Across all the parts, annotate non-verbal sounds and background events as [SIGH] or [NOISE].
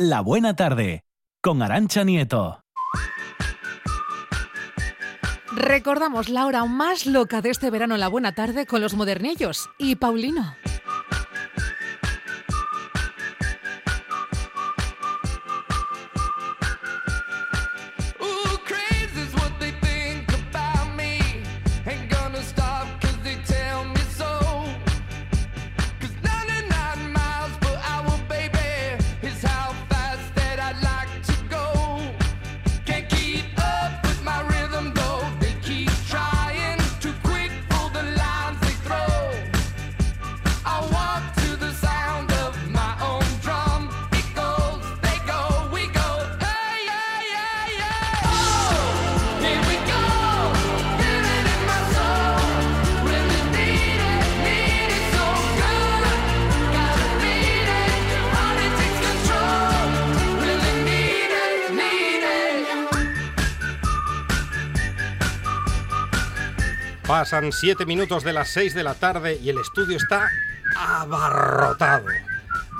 La Buena Tarde con Arancha Nieto. Recordamos la hora más loca de este verano en la Buena Tarde con los modernillos y Paulino. Pasan 7 minutos de las 6 de la tarde y el estudio está abarrotado.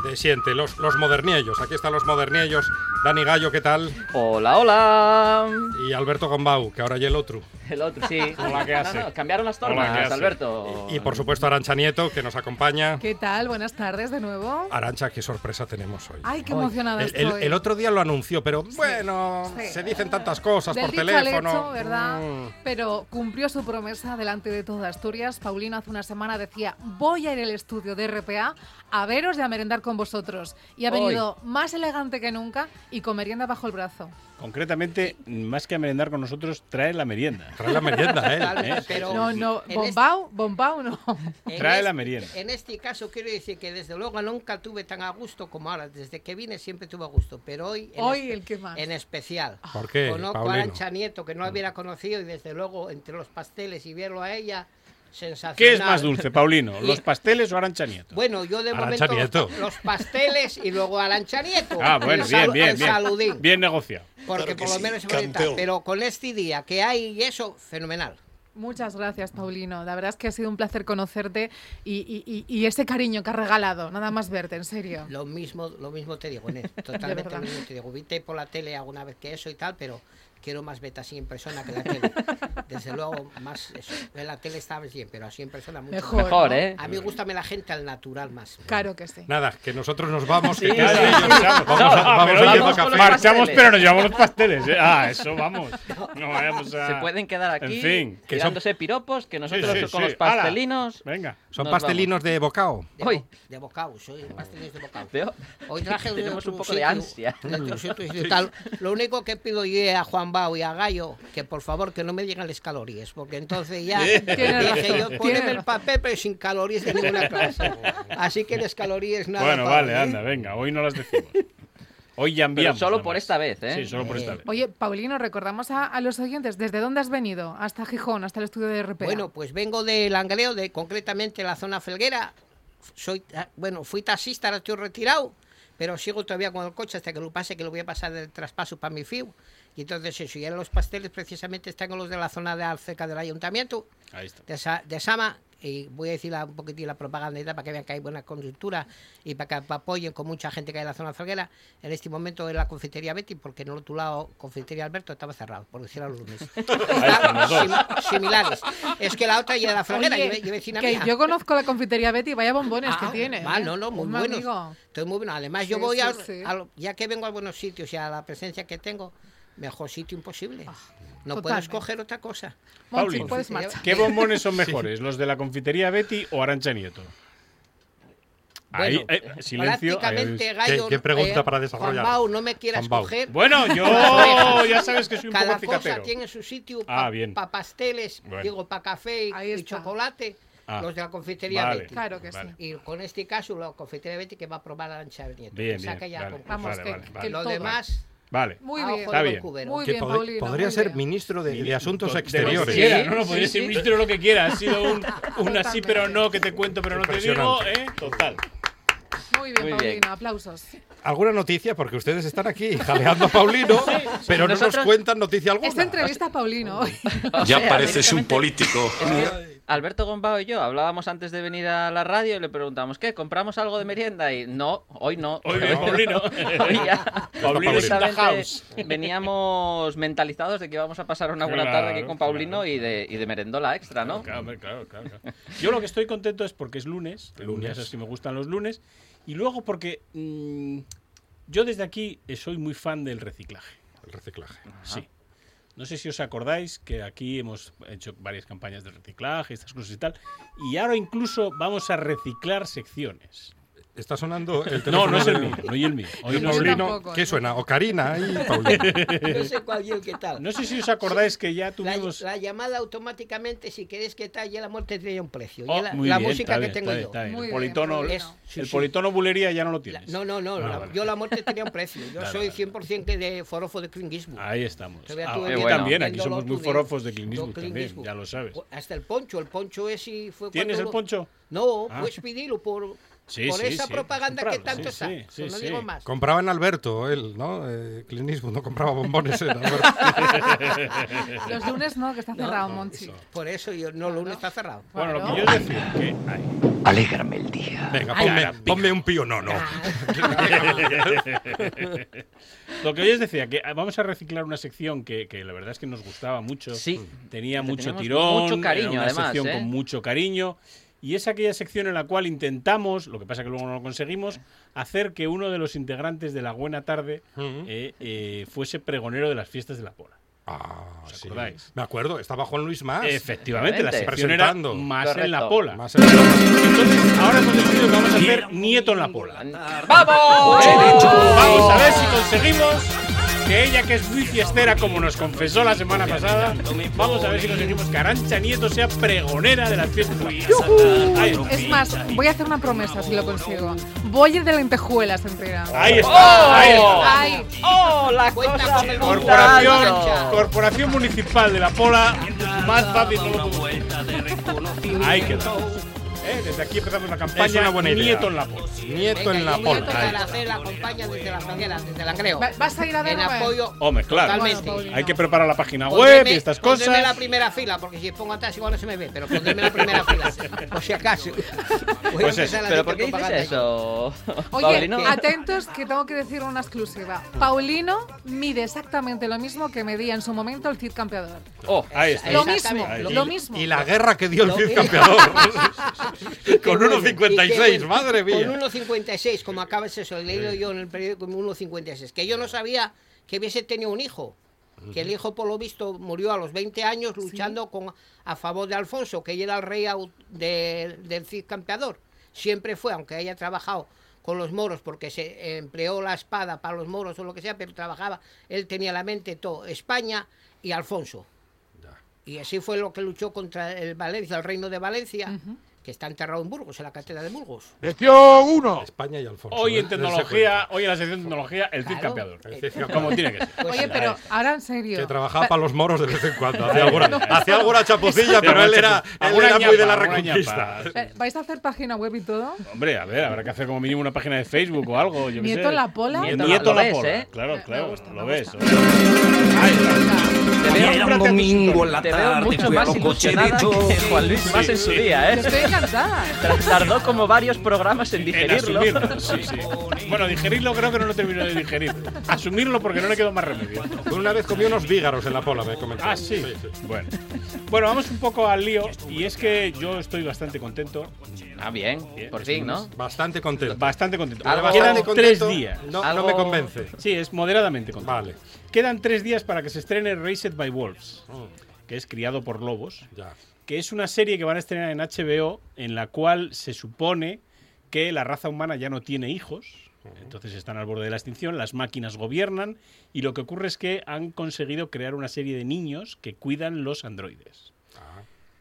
De siente, los, los modernillos. Aquí están los modernillos. Dani Gallo, ¿qué tal? Hola, hola. Y Alberto Gombau, que ahora ya el otro. El otro, [LAUGHS] sí. Hola, ¿qué No, hace? no, cambiaron las Hola, tornas, ¿qué hace? Alberto. Y por supuesto Arancha Nieto, que nos acompaña. ¿Qué tal? Buenas tardes de nuevo. Arancha, qué sorpresa tenemos hoy. Ay, qué Hoy. emocionada El, el- estoy. el otro día lo anunció, pero bueno, sí. se dicen tantas cosas Del por dicho teléfono. al hecho, ¿verdad? Mm. Pero cumplió su promesa delante de toda Asturias. Paulino hace una semana decía, voy a ir al estudio de RPA a veros y a merendar con vosotros. Y ha Hoy. venido más elegante que nunca y con merienda bajo el brazo. Concretamente, más que a merendar con nosotros, trae la merienda. Trae la merienda, ¿eh? Totalmente, ¿Eh? pero No, no, en bombao, bombao no. este- en Trae la este- merienda. En este caso quiero decir que desde luego nunca tuve tan a gusto como ahora. Desde que vine siempre tuve a gusto, pero hoy en, Hoy espe- el que más. Ah. en especial. ¿Por qué, Conozco a Paulino? Arancha Nieto que no Ah. la hubiera conocido y desde luego entre los pasteles y verlo a ella, sensacional. ¿Qué es más dulce, Paulino? Y- ¿Los pasteles o Arancha Nieto? Bueno, yo de Arantxa momento los- Nieto. los pasteles y luego a Arancha Nieto. Ah, bueno, El bien, sal- bien, el bien. saludín. Bien negociado. Porque Claro que por lo sí, menos se conecta. campeón. Pero con este día que hay y eso, fenomenal. Muchas gracias, Paulino. La verdad es que ha sido un placer conocerte y, y- y- y ese cariño que has regalado. Nada más verte, en serio. Lo mismo, lo mismo te digo, [LAUGHS] Inés, Totalmente verdad. lo mismo te digo. Viste por la tele alguna vez que eso y tal, pero quiero más vete así en persona [LAUGHS] que en la tele. Desde luego, más eso. En la tele está bien, pero así en persona mucho Mejor. Mejor, ¿no? ¿eh? más. A mí gusta la gente al natural más. Claro que sí. Nada, que nosotros nos vamos. que Sí, cada sí, día sí. nos vamos, No, vamos a- ah, vamos pero a vamos yendo a con café. los Mar- Marchamos, pasteles. pero nos llevamos los pasteles. ¿eh? Ah, eso vamos. No vayamos a... Se pueden quedar aquí En fin. Que son- tirándose piropos, que Sí, nosotros sí, con sí. los pastelinos... Ala, Venga. Son Nos pastelinos de bocao. De, Hoy. bo- de bocado, soy pasteles de bocado. Veo- Hoy [LAUGHS] traje Tenemos otro un poco de sitio, [LAUGHS] ansia. de [LAUGHS] otro sitio y tal. Lo único que pido yo es a Juan Bao y a Gallo que por favor que no me digan las calorías, porque [LAUGHS] entonces ya Tiene dije razón, yo tiene poneme el razón. papel pero sin calorías de [LAUGHS] ninguna clase. Así que las calorías nada. bueno, para vale, mí. anda, venga. Hoy no las decimos. Hoy ya Pero enviamos. solo nada por más. esta vez, ¿eh? Sí, solo por esta vez. Oye, Paulino, recordamos a, a los oyentes, ¿desde dónde has venido? Hasta Gijón, hasta el estudio de RPA. Bueno, pues vengo del Langreo, de concretamente la zona felguera. Soy, ta- bueno, fui taxista, ahora estoy retirado, pero sigo todavía con el coche hasta que lo pase, que lo voy a pasar del traspaso para mi FIU. Y entonces eso, y en los pasteles precisamente están los de la zona de al- cerca del ayuntamiento, Ahí está. de, Sa- de Sama, y voy a decir la- un poquitín la propaganda y tal, para que vean que hay buena conjuntura y para que apoyen con mucha gente que hay en la zona felguera. En este momento en la confitería Betty, porque en el otro lado, confitería Alberto, estaba cerrado, por decir los lunes. [LAUGHS] Ahí están los dos. Sim- similares. Es que la otra ya la Oye, frontera, yo, yo vecina que mía. yo conozco la confitería Betty, vaya bombones Ah, que tiene. va, ¿eh? no, no, muy Hombre, buenos. amigo. Estoy muy bueno. Además, yo Sí, voy sí, al- sí. al- ya que vengo a buenos sitios y a la presencia que tengo, mejor sitio imposible. no puedo Ah, totalmente. escoger otra cosa. Monchi, Paulino. puedes marchar. ¿Qué bombones [LAUGHS] son mejores, los de la confitería Betty o Arancha Nieto? Ahí, Bueno, eh, silencio. ahí Prácticamente, habéis- Gallo. eh, ¿Qué- qué pregunta para Juan desarrollar? Bau, no me quieras Juan Bau. coger. [LAUGHS] Bueno, yo ya sabes que soy un Cada poco cosa cicatero. tiene su sitio Ah, para bien. pasteles, Bueno. digo, para café y, Ahí y está. chocolate. Ah. Los de la confitería Vale. Betty. Claro que Vale. sí. Y con este caso, la confitería Betty que va a probar Arancha Nieto. Bien, que saca bien, ya vale. pues conclusiones. Vamos, Vale, que, vale, que vale. el Lo todo. demás, Vale. Muy ajo bien, de Está bien. Vancouver. muy [LAUGHS] Que bien, pod- Paulino. podría muy ser bien. ministro de, de Asuntos De- Exteriores. de- Sí, no, no, podría ser ministro lo que quiera. Ha sido [LAUGHS] un, un así pero no, que te cuento pero no te digo, ¿eh? Total. Muy bien, Muy bien. Paulino, aplausos. ¿Alguna noticia? Porque ustedes están aquí jaleando a Paulino, pero no nos Nosotros- cuentan noticia alguna. [LAUGHS] Esta entrevista a Paulino hoy. O Ya sea, pareces un directamente- político. Es que Alberto Gombao y yo hablábamos antes de venir a la radio y le preguntamos, ¿qué? ¿Compramos algo de merienda? Y no, hoy no. [LAUGHS] Hoy bien, Paulino. Hoy ya. Paulino. Paulino está house. Directamente Veníamos [LAUGHS] mentalizados de que íbamos a pasar una buena tarde aquí Claro, con Paulino y, de, y de merendola extra, ¿no? Claro, hombre, claro, claro, claro. Yo lo que estoy contento es porque es lunes. Lunes. Lunes. es que me gustan los lunes. Y luego porque mm, yo desde aquí eh, soy muy fan del reciclaje. El reciclaje. Sí. No sé si os acordáis que aquí hemos hecho varias campañas de reciclaje, estas cosas y tal. Y ahora incluso vamos a reciclar secciones. Está sonando el teléfono. No, no es el de- mío. No, y el mío. Hoy de no, es el mío. Paulino. tampoco, ¿Qué yo suena? Ocarina ahí, Paulino. No sé cuál y el qué tal. No sé si os acordáis que ya La, tuvimos. la llamada automáticamente, si quieres que tal, ya la muerte tiene un precio. Oh, Ya la muy la bien, música está que bien, tengo está bien, yo. está bien. Muy El bien, politono, Paulino. el Es- sí, sí. politono bulería ya no lo La- tienes. no, no, no. Ah, la- vale. Yo la muerte tenía un precio. [LAUGHS] Yo Vale, soy vale. 100% que de forofo de Clint Eastwood. Ahí estamos. Te veas Ah, tú aquí Eh, bueno. también, aquí viéndolo somos tú muy de- forofos de Clint de Eastwood Clint también, Eastwood. ya lo sabes. Hasta el poncho. El poncho ese fue ¿Tienes cuando el lo- poncho? No, Ah. fue Spidilo por, Sí, por sí, esa sí. propaganda que Comprarlo, tanto sí, está. sí, sí, no sí. digo más. Compraba en Alberto, él, ¿no? Eh, Clint Eastwood no compraba bombones en Alberto. Los lunes no, que está cerrado, Monchi. Por eso yo no, lo uno está cerrado. Bueno, lo Claro. que yo es decir que. ay, Alégrame el día. Venga, Ay, ponme, carapija. ponme un pío. No, no. lo que yo os decía, que ah, vamos a reciclar una sección que, que la verdad es que nos gustaba mucho. Sí. Tenía Le mucho tenemos tirón. mucho cariño, era una además, sección ¿eh? con mucho cariño. Y es aquella sección en la cual intentamos, lo que pasa que luego no lo conseguimos, hacer que uno de los integrantes de la Buena Tarde Ujú. eh, eh, fuese pregonero de las fiestas de la Pola. Ah, sí. acordáis? Me acuerdo, estaba Juan Luis Más. Efectivamente, la sección Ah, era Presentando. más en Correcto. la Pola. Más en- Entonces, ahora hemos decidido que vamos a hacer nieto en la Pola. ¡Vamos! Vamos a ver si conseguimos que ella, que es muy fiestera, como nos confesó la semana pasada, vamos a ver si conseguimos que Arancha Nieto sea pregonera de las fiestas. Ahí está. Es más, voy a hacer una promesa si lo consigo. Voy a ir de lentejuelas entera. Ahí está. Ahí está. Ay, ¡Oh, la Cuenta cosa con el apunta Corporación, alto! Corporación Municipal de la Pola, más fácil no lo puedo. Ahí queda. Eh, Desde aquí empezamos la campaña Es una buena idea. Nieto en la Pola. Nieto en Venga, la yo voy a pola. tocar a hacer la compañía desde la franguera, desde la creo. ¿va- ¿vas a ir a En verme? apoyo Hombre, claro. totalmente. Bueno, pues, Hay que preparar la página web Pondreme- y estas pondreme cosas. la primera fila, porque si pongo atrás igual no se me ve, pero pondreme la [LAUGHS] primera fila, por si acaso. Voy a Pues eso, empezar a ¿Pero hacer por qué dices propaganda. eso, Oye, Paulino? atentos que tengo que decir una exclusiva. Paulino mide exactamente lo mismo que medía en su momento el Cid Campeador. Oh, Ahí está. Lo mismo, Exactamente. lo mismo. Y la guerra que dio el Lo- Cid [LAUGHS] Campeador. [LAUGHS] Con 1,56, madre Con mía. 1,56, como acabas eso, he leído yo en el periódico con 1,56. Que yo no sabía que hubiese tenido un hijo. Que el hijo, por lo visto, murió a los 20 años luchando con, a favor de Alfonso, que era el rey au- de- del Cid Campeador. Siempre fue, aunque haya trabajado con los moros, porque se empleó la espada para los moros o lo que sea, pero trabajaba, él tenía en la mente todo, España y Alfonso. Y así fue lo que luchó contra el Valencia, el reino de Valencia, que está enterrado en Burgos, en la cátedra de Burgos. España y Alfonso. Hoy ¿eh? [LAUGHS] en Dense tecnología, hoy en la sección de tecnología, el Cid Claro. campeador. cuenta. El Cid Como Campeador, tiene que [LAUGHS] ser. Oye, pero ahora en serio. Que trabajaba para los moros de vez en [LAUGHS] cuando. Hacía alguna, hacía alguna chapucilla, Hacía pero alguna él era, chapu- él alguna era muy de la ñapa, alguna reconquista. ñapa. Eh, ¿Vais a hacer página web y todo? Hombre, a ver, habrá que hacer como mínimo una página de Facebook o algo. Yo qué ¿Nieto sé. la pola? Nieto, Nieto la la- lo pola. ves, ¿eh? Claro, Me- claro, me gusta, lo me ves. gusta. te Era un veo, domingo en la te veo tarde, mucho fui a más los ilusionada cocheritos. que Juan Luis más en su día, ¿eh? Estoy encantada. [LAUGHS] Tra- Tardó como varios programas en En digerirlo. asumirlo, sí, sí. Bueno, digerirlo creo que no lo termino de digerir. Asumirlo porque no le quedó más remedio. Una vez comí unos vígaros en la pola, me comentó. Ah, sí. Bueno. bueno, vamos un poco al lío. Y es que yo estoy bastante contento. Ah, bien, por fin, ¿no? Bastante contento. Bastante contento. Algo- Quedan Ah, Bastante tres contento, días. No, no Algo- me convence. Sí, es moderadamente contento. Vale. Quedan tres días para que se estrene Raised by Wolves, que es Criado por Lobos, Mm, Ya. que es una serie que van a estrenar en HBO en la cual se supone que la raza humana ya no tiene hijos, entonces están al borde de la extinción, las máquinas gobiernan y lo que ocurre es que han conseguido crear una serie de niños que cuidan los androides. Ah.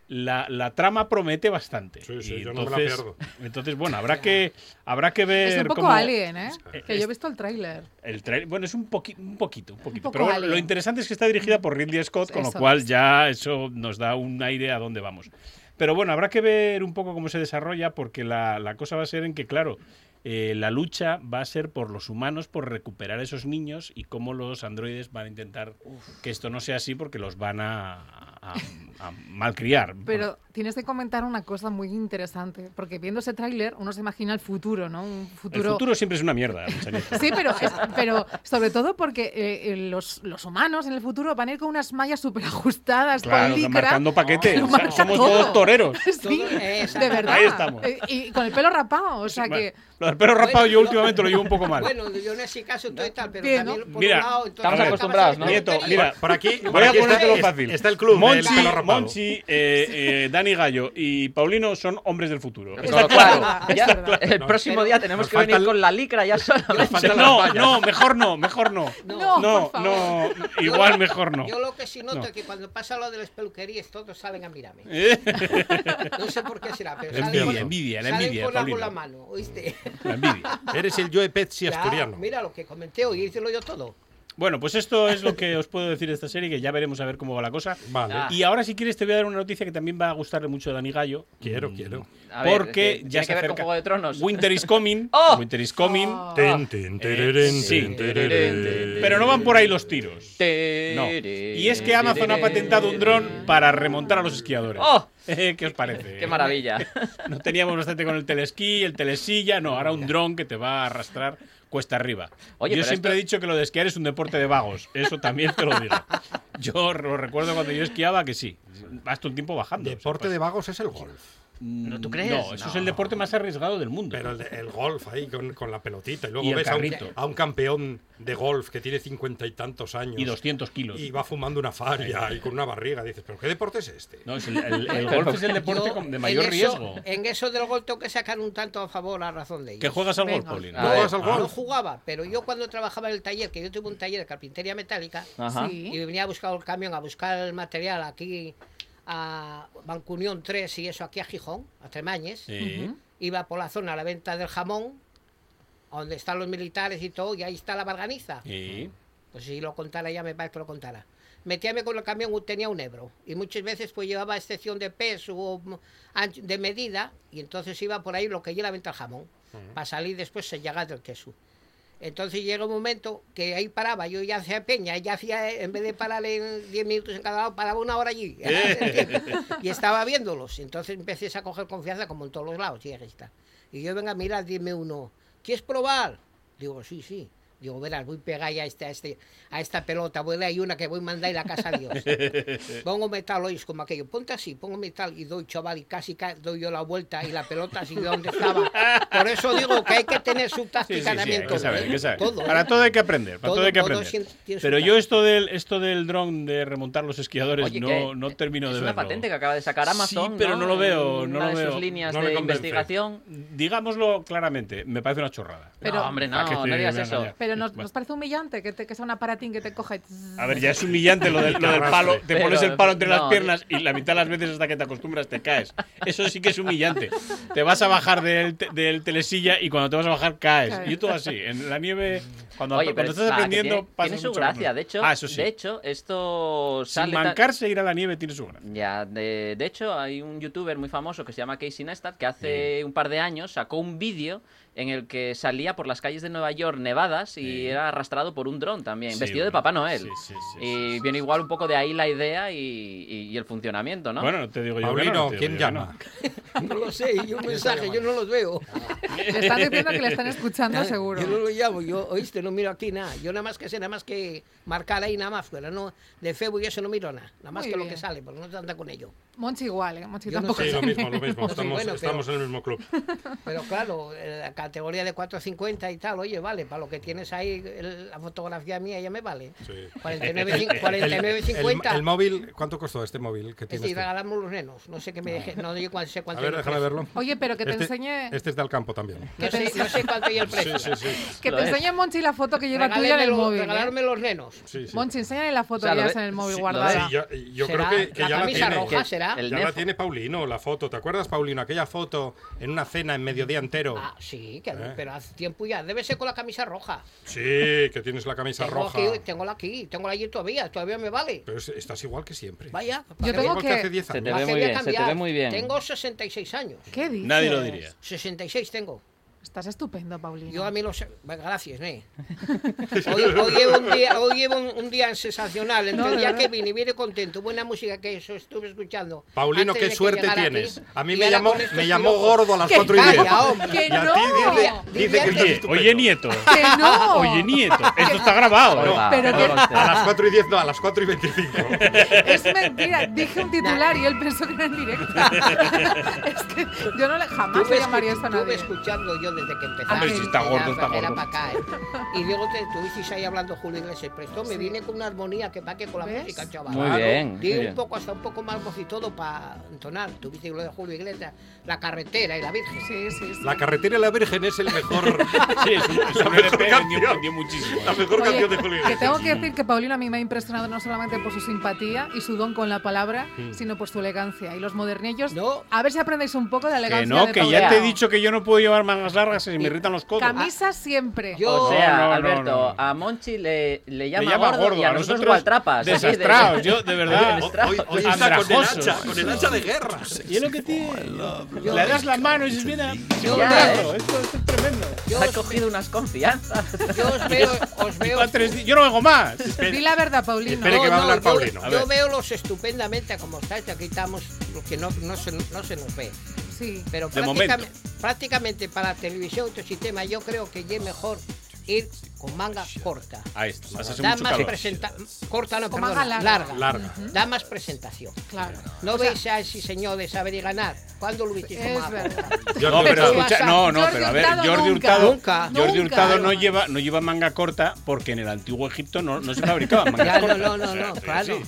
La, la trama promete bastante. Sí, sí, Y yo no me la pierdo. Entonces, bueno, habrá que, habrá que ver. Es un poco cómo- alien, ¿eh? Que yo he Es- visto el tráiler. el trailer- bueno, es un, poqui- un poquito, un poquito. poco Pero bueno, alien. lo interesante es que está dirigida por Ridley Scott, con Eso lo cual es. ya eso nos da un aire a dónde vamos. Pero bueno, habrá que ver un poco cómo se desarrolla, porque la, la cosa va a ser en que, claro, eh, la lucha va a ser por los humanos, por recuperar esos niños y cómo los androides van a intentar que esto no sea así, porque los van a, a- a malcriar. Pero tienes que comentar una cosa muy interesante, porque viendo ese tráiler uno se imagina el futuro, ¿no? Un el futuro... futuro siempre es [LAUGHS] una mierda. Anchanieta. Sí, pero, es- pero sobre todo porque eh, eh, los, los humanos en el futuro van a ir con unas mallas súper ajustadas, Claro, con licra. marcando paquetes. lo O sea, marca somos todo. todos toreros. [LAUGHS] Sí, Todo- eh, exacto. de verdad. Ahí estamos. Eh, Y con el pelo rapado, o sea Bueno, que... Lo del perro rapado Bueno, yo no. últimamente lo llevo un poco mal. Bueno, yo en ese caso estoy tal, pero Bien, también ¿no? por Mira, un lado... entonces, estamos acabas acostumbrados, de ¿no? tontería. Nieto, Mira, mira, por aquí, Voy por a aquí está, ponértelo es- fácil. está el club del Monchi, pelo rapado. Monchi, eh, eh, Dani Gallo y Paulino son hombres del futuro. Con Está lo claro. cual, Es ya verdad. el No, próximo pero- día tenemos Nos que venir faltan- con la licra ya solamente. faltan las No, vallas. no, mejor no, mejor no. No, No, por favor. no, Yo igual lo- mejor no. Yo lo que sí noto No. es que cuando pasa lo de las peluquerías todos salen [LAUGHS] a mirarme. [LAUGHS] Eh, No sé por qué será, pero salen Envidia, con, envidia, la salen envidia, con algo en la Paulino. mano, ¿oíste? La envidia. Eres el Joe Pezzi [LAUGHS] Ya, asturiano. mira lo que comenté hoy, díselo yo todo. Bueno, pues esto es lo que os puedo decir de esta serie, que ya veremos a ver cómo va la cosa. Vale. Ah. Y ahora, si quieres, te voy a dar una noticia que también va a gustarle mucho a Dani Gallo. Quiero, quiero. A ver, [LAUGHS] porque es que ya tiene que se ver con acerca Juego de Tronos. Winter is coming. ¡Oh! Winter is coming. Oh. Tin, tin, tererén, sí. tin, tererén. Pero no van por ahí los tiros. No. Y Y es que Amazon ha patentado un dron para remontar a los esquiadores. ¡Oh! Eh, [LAUGHS] ¿Qué os parece? Qué [LAUGHS] maravilla. No teníamos bastante con el telesquí, el telesilla, no, ahora un dron que te va a arrastrar cuesta arriba. Oye, yo pero siempre esto- he dicho que lo de esquiar es un deporte de vagos, eso también te lo digo. Yo lo recuerdo cuando yo esquiaba que sí, vas todo el tiempo bajando. Mm, Deporte de vagos es el golf. ¿No tú crees? No, eso es el deporte más arriesgado del mundo. Pero el, de- el golf ahí con, con la pelotita. Y luego Y el ves a un, carrito. a un campeón de golf que tiene cincuenta y tantos años. Y 200 kilos. y va fumando una faria y con una barriga. Dices, ¿pero qué deporte es este? No, es el, [LAUGHS] el- el golf es el deporte Yo, con- de en mayor eso- riesgo. En eso del gol tengo que sacar un tanto a favor a razón de ellos. Que juegas al golf, Venga. Paulino. A ¿No ver, juegas al No golf? jugaba, pero yo cuando trabajaba en el taller, que yo tuve un taller de carpintería metálica, Ajá. Sí. y venía a buscar el camión, a buscar el material aquí a Bancunión 3 y eso aquí a Gijón, a Tremañes, Sí. iba por la zona a la venta del jamón, a donde están los militares y todo, y ahí está la barganiza. Sí. Pues si lo contara ya me parece que lo contara. Metíame con el camión, tenía un euro. Y muchas veces pues llevaba excepción de peso o mm, ancho- de medida. Y entonces iba por ahí lo que lleva la venta al jamón. Para salir después se llega del queso. Entonces llega un momento que ahí paraba. Yo ya hacía peña. Ya hacía, eh, en vez de parar en 10 minutos en cada lado, paraba una hora allí. [LAUGHS] y estaba viéndolos. Entonces empecé a coger confianza como en todos los lados. Y ahí está. Y yo, venga, mira, dime uno. ¿Quieres probar? Digo, sí, sí. Digo, verás, voy a pegar ya a, este, a, este, a esta pelota, voy a hay una que voy a mandar a la casa a Dios. [LAUGHS] pongo metal, oís, como aquello, ponte así, pongo metal y doy, chaval, y casi ca- doy yo la vuelta y la pelota así de donde estaba. Por eso digo que hay que tener su Sí, sí, táctica sí, también. hay que todo, saber, hay ¿eh? que saber. Todo, ¿eh? Para todo hay que aprender, para todo, Todo- hay que todo aprender. siente- tiene su Pero yo clave. esto del esto del dron de remontar los esquiadores Oye, no, que no termino es de una verlo. patente que acaba de sacar Amazon. Sí, pero no lo veo, En no una lo de sus veo. líneas No me de convence. investigación. Digámoslo claramente, me parece una chorrada. Ah, Pero- no, hombre, ¿A no, que te no digas voy a eso. engañar? Pero nos, Bueno, nos parece humillante que, te, que sea un aparatín que te coja y... tss. A ver, ya es humillante lo del, lo del palo. Te Pero- pones el palo entre las no. piernas y la mitad de las veces hasta que te acostumbras te caes. Eso sí que es humillante. Te vas a bajar del, te- del telesilla y cuando te vas a bajar caes. Caes. Y todo así. En la nieve, cuando, Oye, cuando pero estás nada, que aprendiendo, tiene, pasas tiene su mucho la gracia. prueba. De hecho, Ah, eso sí. de hecho, esto Sin sale. ta- mancarse ir a la nieve tiene su gracia. Ya, de, de hecho, hay un youtuber muy famoso que se llama Casey Neistat que hace un par de años sacó un vídeo en el que salía por las calles de Nueva York nevadas y Sí. era arrastrado por un dron también, Sí, vestido de bueno, Papá Noel. sí, sí, sí, y sí, sí, viene sí. igual un poco de ahí la idea y, y- y el funcionamiento, ¿no? Bueno, no te digo yo. que Paulino, no, no te digo ¿quién yo que no. llama? No lo sé, y un mensaje, yo no los veo. Le están diciendo que le están escuchando Ah, seguro. Yo no lo llamo, yo, oíste, no miro aquí nada. Yo nada más que sé, nada más que marcar ahí nada más fuera. No, de Facebook y eso no miro nada. Nada más Muy que lo bien. que sale, porque no te anda con ello. Monchi igual, ¿eh? Monchi Yo no tampoco. Sí, sé. lo mismo, lo mismo. Sí, Estamos, bueno, estamos en el mismo club. Pero claro, eh, la categoría de 450 y tal, oye, vale, para lo que tienes ahí, el- la fotografía mía ya me vale. Sí. 49, cin- [LAUGHS] El, el- 49.50 el móvil, ¿cuánto costó este móvil que Es tienes? decir, tú? regalamos los nenos. No sé qué me dejé, no yo cuán- sé A cuánto. ver, es el déjame precio. verlo. Oye, pero que te Este- enseñe... Este es del campo también. Que No te, sé, no sé cuánto es el precio. Sí, sí, sí. que Lo te es. enseñe Monchi la foto que lleva tuya en el Regálenmelo- móvil. ¿eh? regalarme los nenos. Sí, sí. Monchi, enséñale la foto O sea, que lo llevas ve- en el móvil sí, lo guardada. ve- Sí, yo yo creo Será que, que la ya la camisa tiene. roja, será. El ya la nefo. tiene Paulino, la foto. ¿Te acuerdas, Paulino? Aquella foto en una cena en mediodía entero. Ah, sí, que, Eh. pero hace tiempo ya. Debe ser con la camisa roja. Sí, que tienes la camisa Tengo, roja. aquí, tengo la aquí, tengo la allí todavía. Todavía me vale. Pero es- estás igual que siempre. Vaya. Yo ¿para tengo Igual que- hace 10 Se te años. ve qué muy voy a bien, se te cambiar? ve muy bien. Tengo 66 años. ¿Qué dices? Nadie lo diría. 66 tengo. Estás estupendo, Paulina. Yo a mí los... bueno, Gracias, [LAUGHS] ¿eh? Hoy, hoy llevo, un día, hoy llevo un, un día sensacional. Entre No, el de día verdad. que vine, viene contento. Buena música que eso estuve escuchando. Paulino, antes qué de que suerte llegara tienes. aquí. a mí Y me ahora llamó, con estos me llamó piropos. gordo a las Que 4 y 10. calla, hombre. Que Y a no. ti dice, dice que estás Diviértete. estupendo. Oye, nieto. ¡Que Oh. no! Oye, nieto. Esto está grabado. ¿no? Oiga, pero oiga que- A usted. las 4 y 10, no, a las 4 y 25. Es mentira, dije un titular y él pensó que era en directo. es que yo no le jamás Estuve le llamaría eso a escu- estuve nadie. escuchando yo desde que empezaba. Hombre, si está gordo, está gordo. eh. Y luego te estuvisteis ahí hablando Julio Iglesias. Prestó, me Sí. vine con una armonía que va que con la ¿Ves? música, chaval. Muy bien, muy Di un bien. poco, hasta un poco más voz y todo para entonar. Tuviste lo de Julio Iglesias, la carretera y la Virgen. Sí, sí, sí. La carretera de la Virgen es el mejor, Sí, es un, es un mejor LP, vendió- canción. vendió muchísimo. ¿eh? la mejor Oye, canción de Julio que tengo Iglesias. que decir que Paulino a mí me ha impresionado no solamente por su simpatía y su don con la palabra, sino por su elegancia. Y los modernillos, No. a ver si aprendéis un poco de la Que elegancia no, de que Paulino. ya te he dicho que yo no puedo llevar mangas largas y me irritan los codos. Camisa siempre. Yo- O No, sea, no, no, Alberto, no. a Monchi le, le Me llama, gordo, y a, nosotros gualtrapas. así de- Desastrados, yo, de [LAUGHS] verdad. Hoy- Hoy, hoy está con el Andrajosos. hacha, con el hacha de guerra. Y es lo que tiene. Le das la mano y dices, mira, Yo- eh. golpeazo, esto, esto es tremendo. Yo, Ha cogido unas confianzas. yo os veo, os veo. Lleva tres días- Yo no hago más. Di la verdad, Paulino. Espere que va a hablar yo- Paulino. A Yo, ver. veo los estupendamente como estáis. Aquí estamos, porque no, no, se, no se nos ve. Sí. Pero De prácticamente, momento. prácticamente para televisión, otro sistema, yo creo que ya es mejor ir con manga corta. Ahí está, hace Da mucho más calor. presenta corta, no, Con manga perdona, larga. larga. Larga. Da más presentación. Claro. No veis a ese señor de saber y ganar. ¿Cuándo lo visteis con Es manga corta? verdad. Yo No, no, pero Jordi escucha, Hurtado. no, no, pero a ver, Jordi Jordi Hurtado Hurtado, nunca. Jordi Nunca. Hurtado no lleva, no lleva manga corta porque en el antiguo Egipto no, no se fabricaban mangas Ya, no, cortas. no, no, O sea, no, sí, claro. sí.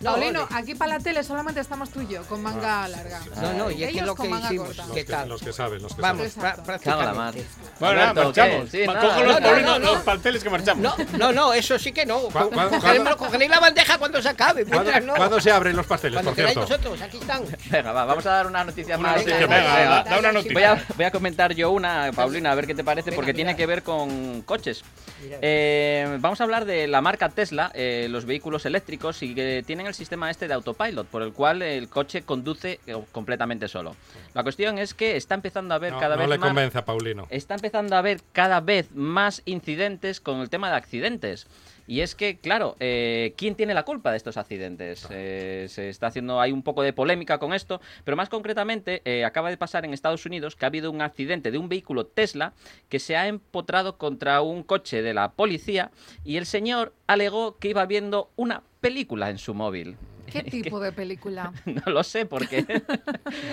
No, Paulino, ah, vale. aquí para la tele solamente estamos tú y yo, con Ah. manga larga. No, no, y es que Ellos lo con que manga hicimos. corta. Los ¿Qué que, tal? los que saben, los que Vamos, Exacto. pra- Cago en la mar. prácticamente. Bueno, nada, Alberto, ¿qué? marchamos. Sí, Ma- nada. cojo los, No, no, Paulinos, no, no. los planteles que marchamos. No, no, no, eso sí que no. ¿Cuá- cuá- Cogeremos- cuándo- cogeréis la bandeja [LAUGHS] cuando se acabe. saben. mientras ¿Cuándo, no. cuándo se abren los pasteles, Cuando por queráis cierto? vosotros, aquí están. Venga, va, vamos a dar una noticia Una más. noticia, venga, venga, venga. da- da una noticia. Voy a, voy a comentar yo una, Paulina, a ver qué te parece, Venga, porque mira. tiene que ver con coches. Mira. Eh, vamos a hablar de la marca Tesla, eh, los vehículos eléctricos, y que tienen el sistema este de autopilot, por el cual el coche conduce eh, completamente solo. La cuestión es que está empezando a haber No, cada no vez le más... convence a Paulino. Está empezando a haber cada vez más incidentes con el tema de accidentes. Y es que, claro, eh, ¿quién tiene la culpa de estos accidentes? Eh, se está haciendo, hay un poco de polémica con esto, pero más concretamente eh, acaba de pasar en Estados Unidos que ha habido un accidente de un vehículo Tesla que se ha empotrado contra un coche de la policía y el señor alegó que iba viendo una película en su móvil. [LAUGHS] ¿Qué tipo de película? No lo sé porque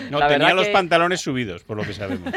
No, La tenía verdad los que- pantalones subidos, por lo que sabemos.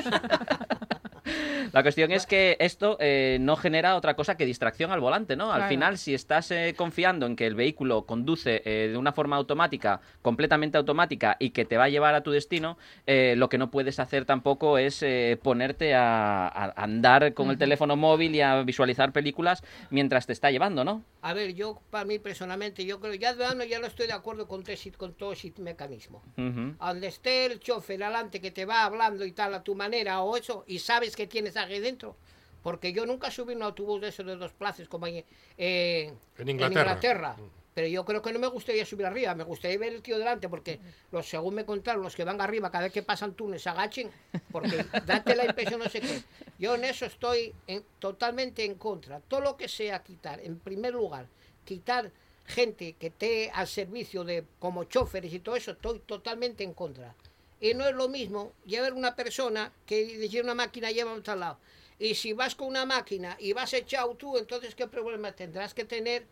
La cuestión es que esto eh, no genera otra cosa que distracción al volante, ¿no? Claro. Al final, si estás eh, confiando en que el vehículo conduce eh, de una forma automática, completamente automática, y que te va a llevar a tu destino, eh, lo que no puedes hacer tampoco es eh, ponerte a, a andar con el teléfono móvil y a visualizar películas mientras te está llevando, ¿no? A ver, yo, para mí personalmente, yo creo, ya de ano ya no estoy de acuerdo con, tesi- con todo ese mecanismo. Ujú. A donde esté el chofer adelante que te va hablando y tal a tu manera o eso, y sabes que tienes aquí dentro. Porque yo nunca subí un autobús de esos de dos plazas como en, eh, En Inglaterra. Mm. Inglaterra. Pero yo creo que no me gustaría subir arriba, me gustaría ver el tío delante, porque los, según me contaron, los que van arriba cada vez que pasan túneles se agachen, porque date la impresión, no sé qué. Yo en eso estoy en- totalmente en contra. Todo lo que sea quitar, en primer lugar, quitar gente que esté al servicio de como choferes y todo eso, estoy totalmente en contra. Y no es lo mismo llevar una persona que decir una máquina lleva a otro lado. Y si vas con una máquina y vas echado tú, entonces qué problema tendrás que tener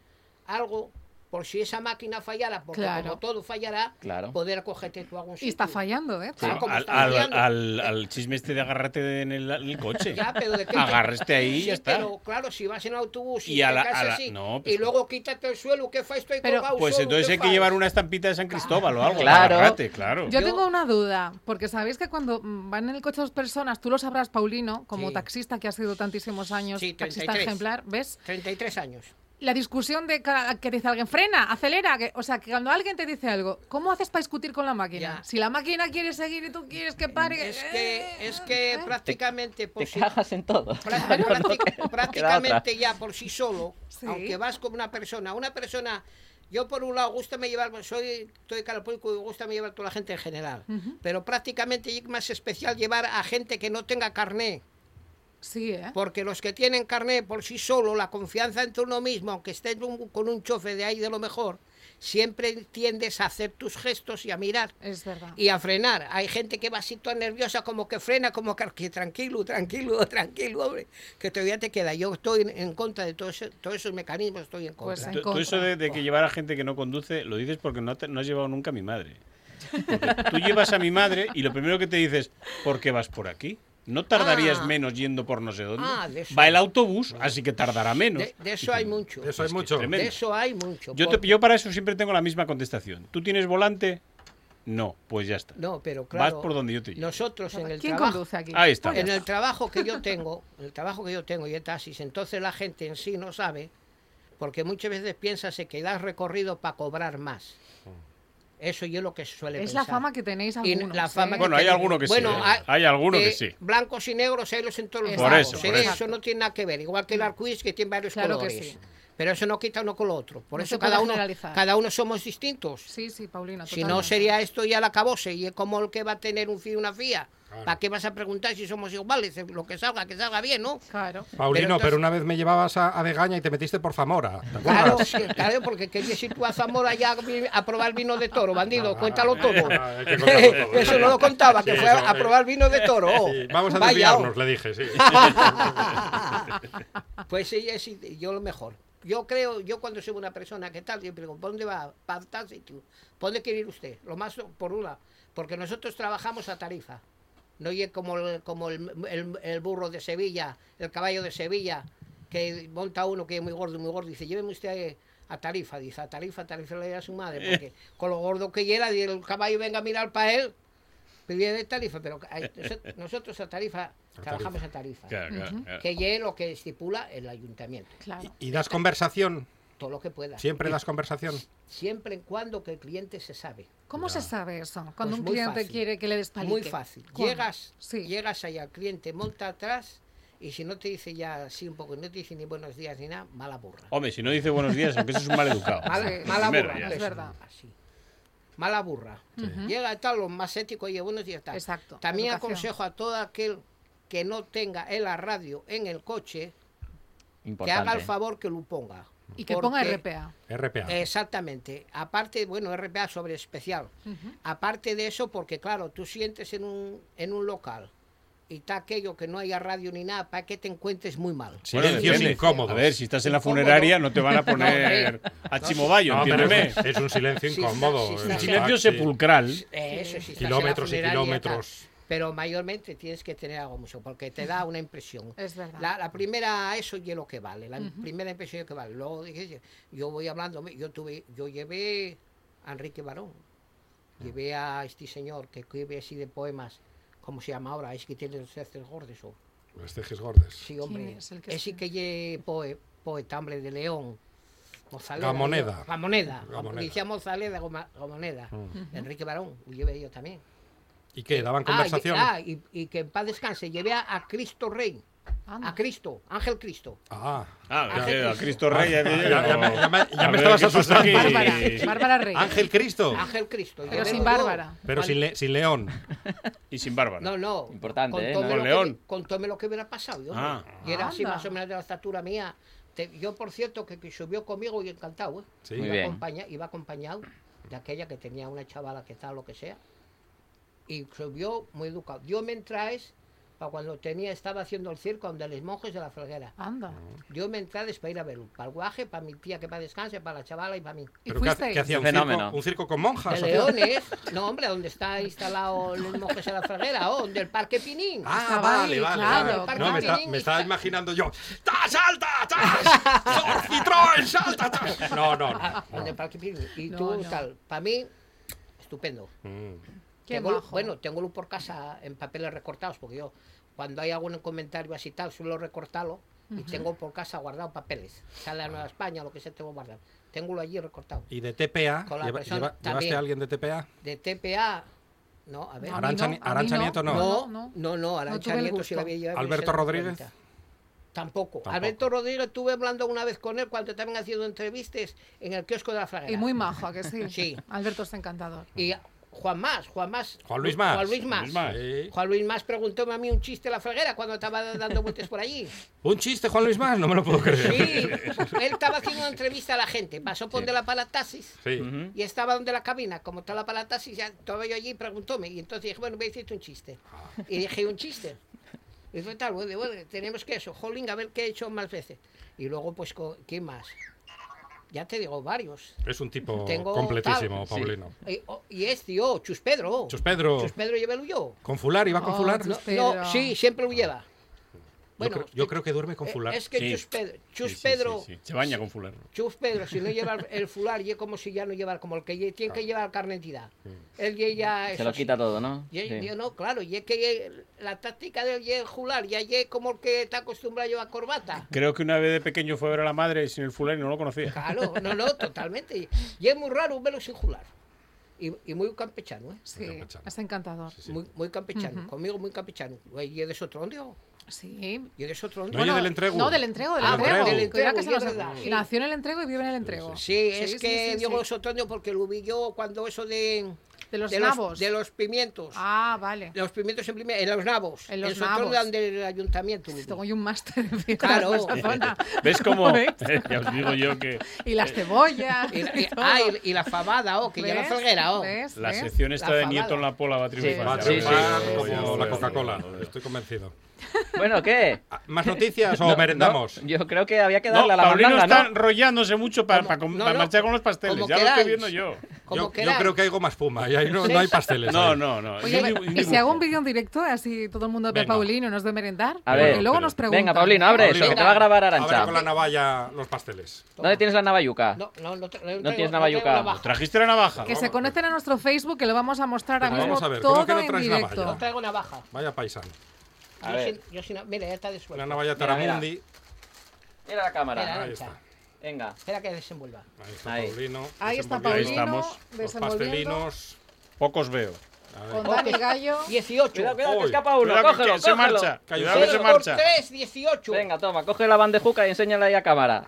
algo por si esa máquina fallara, porque Claro. como todo fallará, Claro. poder cogerte tú a algún Y sitio. está fallando, ¿eh? Sí. Ah, [LAUGHS] como al, está al- liando. al- al chisme este de agárrate en el, el coche. Ya, pero [LAUGHS] de qué te- Agárrate ahí y Sí, ya está. Pero claro, si vas en autobús y, Y a te la- caes a la- así, no, pues- y luego quítate el suelo, ¿qué fai? Estoy Pero- colgado Pues solo, entonces ¿qué hay que fai? llevar una estampita de San Cristóbal o algo. Claro. Agárrate, claro. Yo Yo- tengo una duda, porque sabéis que cuando mm, van en el coche dos personas, tú lo sabrás, Paulino, como Sí. taxista que ha sido tantísimos años, Sí, taxista 33. ejemplar, ¿ves? 33 años. La discusión de ca- que dice alguien, frena, acelera, que- o sea, que cuando alguien te dice algo, ¿cómo haces para discutir con la máquina? Ya. Si la máquina quiere seguir y tú quieres que pare... Es que, es eh. que prácticamente por Te si- cagas en todo. Prácti- [LAUGHS] Claro, no prácti- queda- no queda otra. prácticamente ya por sí solo, Sí. aunque vas con una persona, una persona, yo por un lado gusta me llevar, pues, soy, estoy cara al público y gusta me llevar toda la gente en general, pero prácticamente es más especial llevar a gente que no tenga carné Sí, ¿eh? Porque los que tienen carnet por sí solo, la confianza entre uno mismo, aunque estés un- con un chofe de ahí de lo mejor, siempre tiendes a hacer tus gestos y a mirar Es verdad. y a frenar. Hay gente que va así toda nerviosa, como que frena, como que, que tranquilo, tranquilo, [LAUGHS] tranquilo, hombre, que todavía te queda. Yo estoy en, en contra de todo ese- todos esos mecanismos, estoy en Pues contra. en Tú, tú eso contra. de, de que llevar a gente que no conduce, lo dices porque no, te- no has llevado nunca a mi madre. Porque tú llevas a mi madre y lo primero que te dices, ¿por qué vas por aquí? No tardarías Ah. menos yendo por no sé dónde. Ah, de eso. Va el autobús, así que tardará menos. de, de eso hay mucho. De eso hay Es que es mucho. tremendo. De eso hay mucho. Yo, te- porque- yo para eso siempre tengo la misma contestación. ¿Tú tienes volante? No, pues ya está. No, pero claro. por donde yo te llevo. Nosotros en el ¿Quién trabajo. conduce aquí? Ahí está. En el trabajo que yo tengo, [LAUGHS] el trabajo que yo tengo y en taxis, entonces la gente en sí no sabe, porque muchas veces piensa se que das recorrido para cobrar más. Oh. Eso yo es lo que suele Es la pensar. fama que tenéis Y algunos. la fama ¿eh? que Bueno, hay tenemos. alguno que sí, ¿eh? hay, Hay alguno que eh, sí. Blancos y negros hay los en todos los Por lados, eso, ¿eh? por eso. no tiene nada que ver. Igual que el arcoíris que tiene varios Claro que colores. sí. Pero eso no quita uno con lo otro. Por No se eso puede cada uno, generalizar. cada uno somos distintos. Sí, sí, Paulino. Si no, totalmente. sería esto ya la acabose. Y es como el que va a tener un fío y una fía. Claro. ¿Para qué vas a preguntar si somos iguales? Eh, Lo que salga, que salga bien, ¿no? Claro. Paulino, pero, entonces- una vez me llevabas a, a Begaña y te metiste por Zamora. ¿te [LAUGHS] Claro, acuerdas? [LAUGHS] sí, claro, porque quería ir tú a Zamora ya a vi- a probar vino de toro, bandido. Cuéntalo todo. Ah, hay que contarlo todo. [LAUGHS] Eso no lo contaba, que Sí, fue a, eso, a eh. probar vino de toro. oh. Sí, vamos a Vaya, oh. desviarnos, le [LAUGHS] dije, sí. Pues sí, es- yo lo mejor. Yo creo, yo cuando soy una persona que tal, siempre digo, ¿por dónde va? ¿Para tal sitio? ¿Por dónde quiere ir usted? Lo más por una, porque nosotros trabajamos a tarifa. No es como, el, como el, el- el burro de Sevilla, el caballo de Sevilla, que monta uno que es muy gordo, muy gordo, y dice, lléveme usted a tarifa, dice, a tarifa, tarifa le da a su madre, porque [LAUGHS] con lo gordo que era, y el caballo venga a mirar para él, pide de tarifa, pero hay- nosotros a tarifa trabajamos a tarifa Claro, claro, claro. que lleve lo que estipula el ayuntamiento, Claro. ¿Y das conversación? todo lo que pueda. ¿Siempre das conversación? Siempre y cuando que el cliente se sabe. ¿Cómo se sabe eso? Cuando Pues un muy cliente fácil. quiere que le despalique. Muy fácil. ¿Cuándo? Llegas, Sí. llegas allá, el cliente monta atrás y si no te dice ya así un poco, no te dice ni buenos días ni nada, mala burra. Hombre, si no dice buenos días, aunque eso es un mal educado. Mala, Sí. mala Primero burra. ya. pues, Es verdad. Así. Mala burra. Llega y tal, los más éticos, oye, buenos días tal. Exacto, También educación. aconsejo a todo aquel que no tenga el radio en el coche, Importante. que haga el favor que lo ponga. Y que ponga Porque- RPA. RPA. Eh, Exactamente. Aparte, bueno, RPA sobre especial. Aparte de eso, porque claro, tú sientes en un, en un local y está aquello que no haya radio ni nada, para que te encuentres muy mal. Silencios depende. incómodos. A ver, si estás en la Incómodo. funeraria no te van a poner a Chimobayo, No, pero entiéndeme. es, es un silencio Sí, incómodo. sí, sí, en sí. un Silencio taxi. sepulcral. Eh, eso sí, estás en la Kilómetros y funeraria tal. kilómetros. Pero mayormente tienes que tener algo mucho, porque te da una impresión. Es verdad. La, la primera, eso y es lo que vale. La primera impresión es lo que vale. Luego dije, yo voy hablando, yo tuve, yo llevé a Enrique Barón, Ah. llevé a este señor que escribe así de poemas, ¿cómo se llama ahora? Es que tiene los ceces gordos. o- Los tejes gordes. Sí, hombre. ¿Quién es Es el el que escribe? que lle poe, poeta, hombre, de León. Mozaleda, Gamoneda. yo- Gamoneda. Gamoneda. Decía Mozaleda, Goma- Gamoneda. Enrique Barón, lo llevé yo también. ¿Y qué? ¿Daban Ah, conversación? y- Ah, y, y que en paz descanse, llevé a, a Cristo Rey. Anda. A Cristo, Ángel Cristo. Ah. Ah, Ah, que- sí. a Cristo Rey. Ya- ya me- ya me- ya me estabas asustando. Bárbara, Bárbara Rey. Ángel Cristo. Ángel Cristo. Pero llevé sin yo. Bárbara. Pero sin, le- sin león. Y sin bárbaro. No, no. Importante, ¿eh? todo Con lo que- León. contóme lo que hubiera pasado. yo, Ah. Y era así Anda. más o menos de la estatura mía. Te- yo, por cierto, que, que subió conmigo y encantado, ¿eh? Sí. Muy iba, bien. acompaña- iba acompañado de aquella que tenía una chavala que tal, lo que sea. Y subió muy educado. Yo me traes para cuando tenía, estaba haciendo el circo donde los monjes de la Felguera. Anda. Yo me entrades para ir a verlo. Para el guaje, para mi tía que para descanse, para la chavala y para mí. ¿Y ¿Pero qué, hace- fuisteis? qué hacía? ¿Un Fenómeno. circo, un circo con monjas? De ¿o qué? Leones, no hombre, donde está instalado el monjes de la Fraguera, o donde el Parque Pinín. Ah, Ah, vale, vale, vale. claro, vale. claro. No, me, está- me estaba imaginando yo. ¡Ta, salta! [LAUGHS] ¡Ta! ¡Sor Citroën, salta! ¡Tas! No, no, no. Donde el Parque Pinín. Y No, tú no. tal. Para mí, estupendo. Mm. Qué Tengo lu- majo. bueno, tengo luz por casa en papeles recortados, porque yo cuando hay algún comentario así tal, suelo recortarlo. Y tengo por casa guardado papeles. Sale a Nueva España, lo que sea, tengo guardado. Tengo allí recortado. ¿Y de TPA? Con la ¿Lleva- persona lleva- ¿Llevaste también. a alguien de TPA? De TPA, no, a ver. No, a mí Arancha, no, Ni- a mí Arancha no. Nieto no. No, No, no, no. no, Arantxa tuve el Nieto gusto. sí la había llevado. ¿Alberto en Rodríguez? 50. Tampoco. Tampoco. Alberto Rodríguez estuve hablando una vez con él cuando también haciendo entrevistas en el kiosco de la Fraga. Y muy majo, ¿a que sí? Sí. Alberto es encantador. Y Juan Más, Juan Más. Juan Luis Mas. Juan Luis Más. Luis Mas. Sí. Juan Luis Más preguntóme a mí un chiste en la felguera cuando estaba dando vueltas por allí. ¿Un chiste, Juan Luis Más? No me lo puedo creer. Sí, él estaba haciendo una entrevista a la gente. Pasó por Sí. de la palatasis Sí. Ujú. y estaba donde la cabina. Como está la palatasis, ya estaba yo allí y preguntóme. Y entonces dije, bueno, voy a decirte un chiste. Y dije, un chiste. Y fue tal, bueno, bueno, tenemos que eso. Jolín, a ver qué he hecho más veces. Y luego, pues, co- ¿quién más? Ya te digo, varios. Es un tipo Tengo completísimo, tal. Paulino. Y, oh, y es, tío, Chus Pedro. Chus Pedro, Chus Pedro, llévelo yo. con fular, iba con Oh, fular. Chus Yo, No, Pedro. no, sí, siempre lo lleva. Bueno, creo, yo creo que duerme con eh, fular. Es que Sí. Chus Pedro, Chus Sí, sí, Pedro, sí, sí. Se baña con fulano. Chus Pedro, si no lleva el- el fular, y es como si ya no llevara, como el que lle- tiene que llevar el carnet de identidad. Él ya- ya Se eso lo sí. quita todo, ¿no? Y él- Sí. yo no, claro, y es que él- la táctica del el fular, ya es como el que está acostumbrado a llevar [LAUGHS] corbata. Creo que una vez de pequeño fue a ver a la madre sin el fulano y no lo conocía. Claro, no, no, totalmente. Y, y es muy raro verlo sin fular. Y, y muy campechano, ¿eh? Sí, Campechano. es encantador. Sí. Muy, muy campechano, conmigo muy campechano. Güey, Y eres otro ondio, Sí. y eres otro ondio. No, yo del entrego. No, del entrego, del Del entrego. entrego. Cuidado que Del se nos- entrego, es verdad. Nació en el entrego y vive en el entrego. Sí, es sí, que sí, sí. Diego Sotoño, porque lo vi yo cuando eso de, De los de, nabos. de los pimientos. Ah, vale. Los pimientos en, prime- en los nabos. En los el Sotoñio nabos. dan del ayuntamiento. lo vi. Tengo yo un máster [LAUGHS] de fiestas Claro. por esa zona. ¿Ves [LAUGHS] [LAUGHS] cómo? ¿Ves? [LAUGHS] ya os digo yo que Y las cebollas. Y, la- y [LAUGHS] y- todo. ah, y, y la fabada, oh, que ya la ¿Ves? felguera, oh. ¿Ves? la ¿Ves? sección esta La de fabada. Nieto en la pola va a triunfar. Va a Sí, sí, triunfar sí, como sí, sí, la sí, Coca-Cola, estoy convencido. Bueno, ¿qué? Ah, ¿Más noticias o No, merendamos? no, yo creo que había que No, darle a la Paulino bandana, está ¿no? enrollándose mucho para, Como- para com- no, para no, marchar con los pasteles. como Ya lo estoy queráis. viendo yo. Como yo, yo queráis. creo que hay más fuma y ahí no, no hay pasteles. No, ahí. no, no. Oye, Ni- ve- ni- ¿y si hago un vídeo en directo? Así todo el mundo ve a Venga. Paulino y nos de merendar. A ver. Porque luego Pero- nos preguntan. Venga, Paulino, abre eso, Paulino, que te venga. va a grabar Ahora Arancha. con la navalla los pasteles. ¿Dónde tienes la navayuca? No, no, no, tra- no, No tienes navaja traigo- no traigo yuca. navaja. ¿Trajiste la navaja? Que se conecten a nuestro Facebook, que lo vamos a mostrar ahora Vamos mismo a ver, ¿cómo todo que no en traes No directo. navaja? traigo navaja. Vaya paisano. A Yo ver. sin- yo sin- mira, ya está de Una suelta. navalla Mira, mira. Taramundi. Mira la Mira, eh. cámara. Ahí Arancha. está. Venga. Espera que desenvuelva. Ahí está Ahí. Paulino. Ahí está desenvolviendo Ahí Paulino estamos, Los desenvolviendo pastelinos. Pocos veo. A con ver. Dani Ojo. Gallo. 18. Cuidado, cuidado, que Uy. escapa uno. Cuidado que- Cógelo, que se cógelo. marcha. Cuidado que Cero se por marcha. 3, 18. Venga, toma, coge la bandejuca y enséñala ahí a cámara.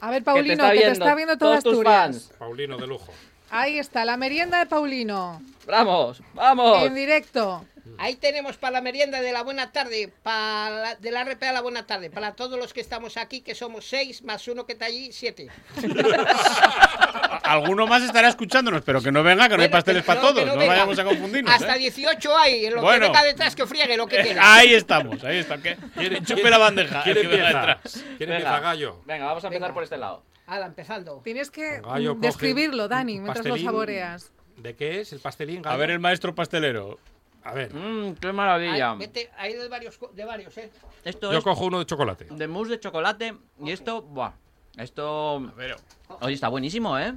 A ver, Que Paulino, que te está viendo toda todos tus Asturias. fans. Paulino de lujo. Ahí está, la merienda de Paulino. ¡Vamos! ¡Vamos! En directo. Ahí tenemos para la merienda de la buena tarde, para la, de la RPA la buena tarde, para todos los que estamos aquí, que somos seis, más uno que está allí, siete. A- Alguno más estará escuchándonos, pero que no venga, que no hay Bueno, pasteles que para no, que todos. no No venga. vayamos a confundirnos. Hasta ¿eh? 18 hay, lo Bueno. que venga detrás que friegue lo que Eh, quiera. Ahí estamos, ahí está. que- Chupe la bandeja. ¿Quién que venga empieza? detrás. ¿Quién empieza, Gallo? Venga, vamos a empezar Venga. por este lado. Ahora, empezando. Tienes que Gallo mm, coge describirlo, un Dani, mientras lo pastelín. saboreas. ¿De qué es el pastelín, Gallo? A ver el maestro pastelero. A ver, Mmm, qué Ahí, maravilla. vete, ahí de varios, co- de varios, ¿eh? Esto yo es cojo uno de chocolate. de mousse de chocolate y esto, buah. Esto. Pero, Oye, está buenísimo, ¿eh?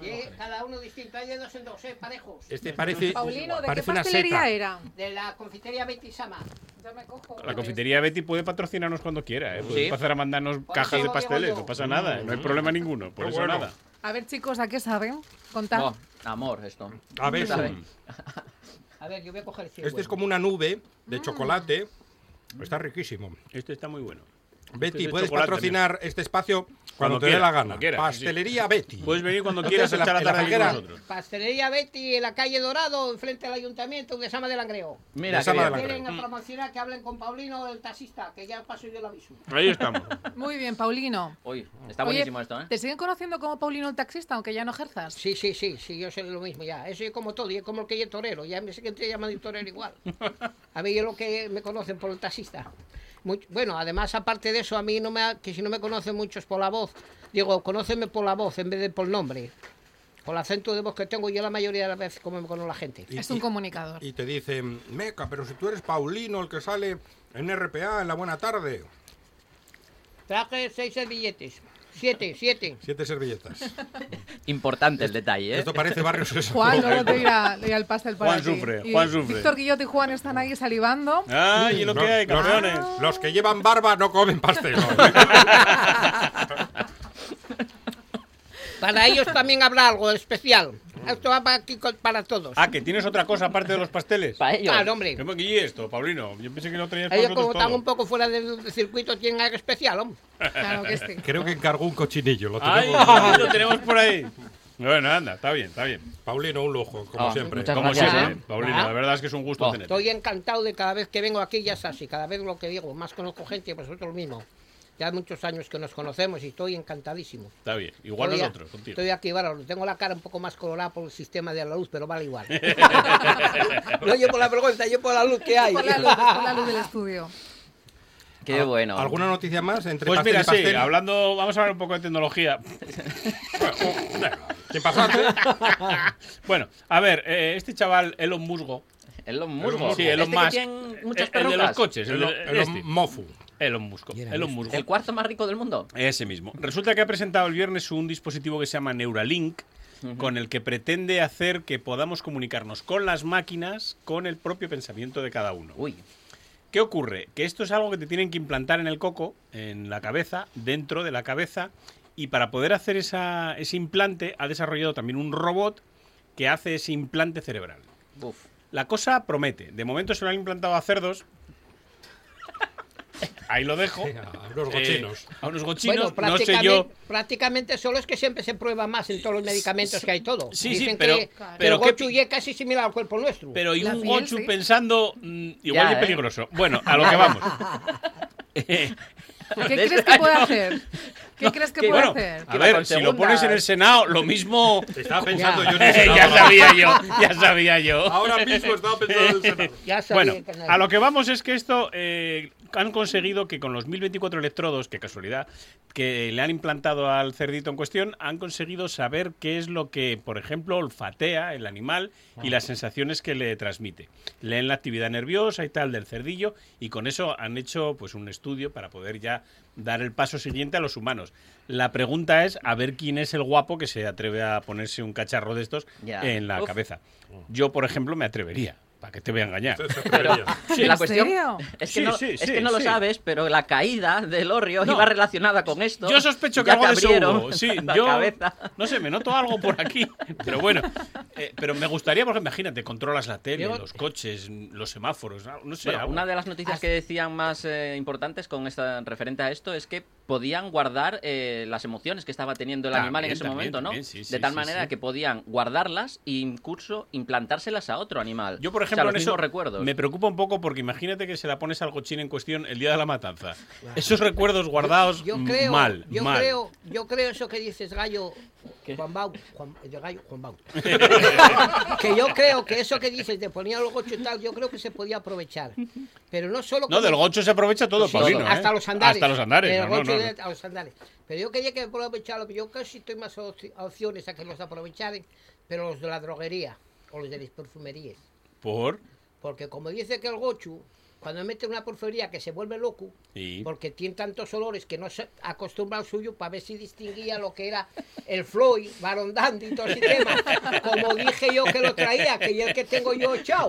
Y cada uno distinto, hay de dos en dos, ¿eh? Parejos. Este parece, Paulino, ¿de qué parece una pastelería seta. era? De la confitería Betisama. Ya me cojo. la confitería Betty puede patrocinarnos cuando quiera. ¿eh? Puede Sí. pasar a mandarnos Por cajas eso de lo digo pasteles, yo. no pasa nada. ¿eh? No hay problema ninguno. Por Qué eso bueno. nada. A ver, chicos, ¿a qué saben? Contad. Buah, amor, esto. A ver, Sabe. A ver, yo voy a coger el cien, este es bueno. como una nube Ah. de chocolate. Está riquísimo. Este está muy bueno. Betty, es de puedes chocolate patrocinar este espacio cuando, Cuando te dé quiera, la gana. cuando quiera, sí, Pues sí. Pastelería Betty. Mm. Puedes venir cuando Entonces, quieras a en la- echar Este la en la tarde aquí felguera- con nosotros. Pastelería Betty en la calle Dorado, enfrente al ayuntamiento, de Sama del Langreo. Mira, De qué Sama de bien. Langreo. Quieren promocionar que hablen con Paulino, el taxista, que ya paso yo el aviso. Ahí estamos. Muy bien, Paulino. Uy, está Oye, buenísimo esto, ¿eh? ¿Te siguen conociendo como Paulino el taxista, aunque ya no ejerzas? Sí, sí, sí, sí, yo sé lo mismo ya. Eso es como todo, y es como el que yo torero. Ya me sé que te llaman de torero [LAUGHS] igual. A mí es lo que me conocen por el taxista. Much- bueno, además, aparte de eso, a mí no me ha- que si no me conocen muchos por la voz, digo, conóceme por la voz en vez de por nombre. Por el acento de voz que tengo yo la mayoría de las veces como me conoce la gente. Y- Es un y- comunicador. Y te dicen, Meca, pero si tú eres Paulino, el que sale en RPA en la buena tarde. Traje seis servilletes. Siete, siete. Siete servilletas. Importante el detalle, ¿eh? Esto [LAUGHS] parece barrios Sésamo. [LAUGHS] Juan, luego te irá, le irá el pastel para Juan ti. sufre, Y Juan sufre. Víctor Guillot y Juan están ahí salivando. Ah, y lo que No, hay, los- campeones. Los que llevan barba no comen [LAUGHS] pastel. Para ellos también habrá algo especial. Esto va para, aquí con- para todos. Ah, que tienes otra cosa aparte de los pasteles. Para ellos. Claro, hombre. ¿Qué maquillé esto, Paulino? Yo pensé que lo traías para Ellos como nosotros están todo. un poco fuera del del circuito tienen algo especial, hombre. Claro que sí. Creo que encargó un cochinillo. Lo ¡Ay! tenemos. lo tenemos por ahí. Bueno, anda, está bien, está bien. Paulino, un lujo, como Ah, siempre. muchas Como gracias, siempre, ¿eh? Paulino, Ah. la verdad es que es un gusto Oh. tenerte. Estoy encantado de cada vez que vengo aquí, ya sabes, y cada vez lo que digo, más conozco gente que vosotros mismos. Ya muchos años que nos conocemos y estoy encantadísimo. Está bien, igual Estoy a- nosotros, contigo. Estoy aquí, bárbaro. Tengo la cara un poco más colorada por el sistema de la luz, pero vale [LAUGHS] igual. no yo por la vergüenza, yo por la luz que hay. Por la luz, por la luz del estudio. Qué bueno. ¿Alguna noticia más? Entre Pues pastel mira, y sí, pastel. hablando, vamos a hablar un poco de tecnología. ¿Qué pasa? [LAUGHS] Bueno, a ver, eh, este chaval, Elon Musgo, Elon Musk. Sí, Elon Este que Musk. eh, tiene muchas el- el de los perrucas. coches, el, El, de- el este. mofu. Elon Musgo, Elon Musgo. El cuarto más rico del mundo. Ese mismo. Resulta que ha presentado el viernes un dispositivo que se llama Neuralink, con el que pretende hacer que podamos comunicarnos con las máquinas con el propio pensamiento de cada uno. Uy, ¿Qué ocurre? Que esto es algo que te tienen que implantar en el coco, en la cabeza, dentro de la cabeza, y para poder hacer esa- ese implante ha desarrollado también un robot que hace ese implante cerebral. buf. La cosa promete. De momento se lo han implantado a cerdos. Ahí lo dejo. A unos cochinos. Eh, a unos Bueno, gochinos. no sé prácticamente, yo. prácticamente solo es que siempre se prueba más en todos los medicamentos que hay todo. sí, sí, Dicen pero- que, claro. pero pero qué Gochu pi- ya es casi similar al cuerpo nuestro. Pero y La un piel, gochu sí. pensando. mm, igual Ya, es ¿eh? peligroso. Bueno, a lo [LAUGHS] que vamos. Eh, ¿Qué De crees este que puede año. hacer? ¿Qué crees que que- puede bueno, hacer? a va ver, con si lo pones en el segundas. Senado, lo mismo. Estaba pensando [LAUGHS] yo en el Senado. [LAUGHS] ya sabía yo, ya sabía yo. Ahora mismo estaba pensando en el Senado. ya sabía Bueno, que nadie- a lo que vamos es que esto eh, han conseguido que con los 1024 electrodos, qué casualidad, que le han implantado al cerdito en cuestión, han conseguido saber qué es lo que, por ejemplo, olfatea el animal y las sensaciones que le transmite. Leen la actividad nerviosa y tal del cerdillo y con eso han hecho pues un estudio para poder ya dar el paso siguiente a los humanos. La pregunta es a ver quién es el guapo que se atreve a ponerse un cacharro de estos Ya. en la Uf. cabeza. Yo, por ejemplo, me atrevería. ¿Para qué te voy a engañar? Pero la ¿En cuestión serio? es Sí, que no, sí, es sí, que no lo sí. sabes, pero la caída del Oreo No. iba relacionada con esto. Yo sospecho que Ya algo te de eso abrieron hubo. Sí, [LAUGHS] la yo cabeza. no sé, me noto algo por aquí, [LAUGHS] pero bueno. Eh, pero me gustaría, porque imagínate, controlas la tele, Yo- los coches, los semáforos, ah, no sé. Bueno, algo. una de las noticias que decían más eh, importantes con esta referente a esto es que podían guardar eh, las emociones que estaba teniendo el También, animal en ese también, momento, ¿no? también, sí, sí, de tal sí, manera sí. que podían guardarlas e incluso implantárselas a otro animal. Yo, por O sea, ejemplo, los en eso mismos recuerdos. [LAUGHS] me preocupa un poco porque imagínate que se la pones al cochín en cuestión el día de la matanza. Esos recuerdos guardados mm, Yo creo, mal, yo mal. creo, yo creo eso que dices, Gallo, Juan Bau, Juan, de Gallo, [LAUGHS] Juan Bau. que yo creo que eso que dices de poner los gochos y tal, yo creo que se podía aprovechar. Pero no solo No, con del el- gocho se aprovecha todo, Sí, Paulino. ¿eh? hasta los andares. Hasta los andares. Del no, no, gocho no. de- a los andares. Pero yo quería que aprovecharlo, yo casi estoy más opci- opciones a que los aprovecharan, pero los de la droguería o los de las perfumerías. Por. Porque como dice que el gochu, cuando mete una porfería que se vuelve loco, Sí. porque tiene tantos olores que no se acostumbra al suyo para ver si distinguía lo que era el Floyd, Baron Dandy y todo ese tema. Como dije yo que lo traía, que y el que tengo yo, chao.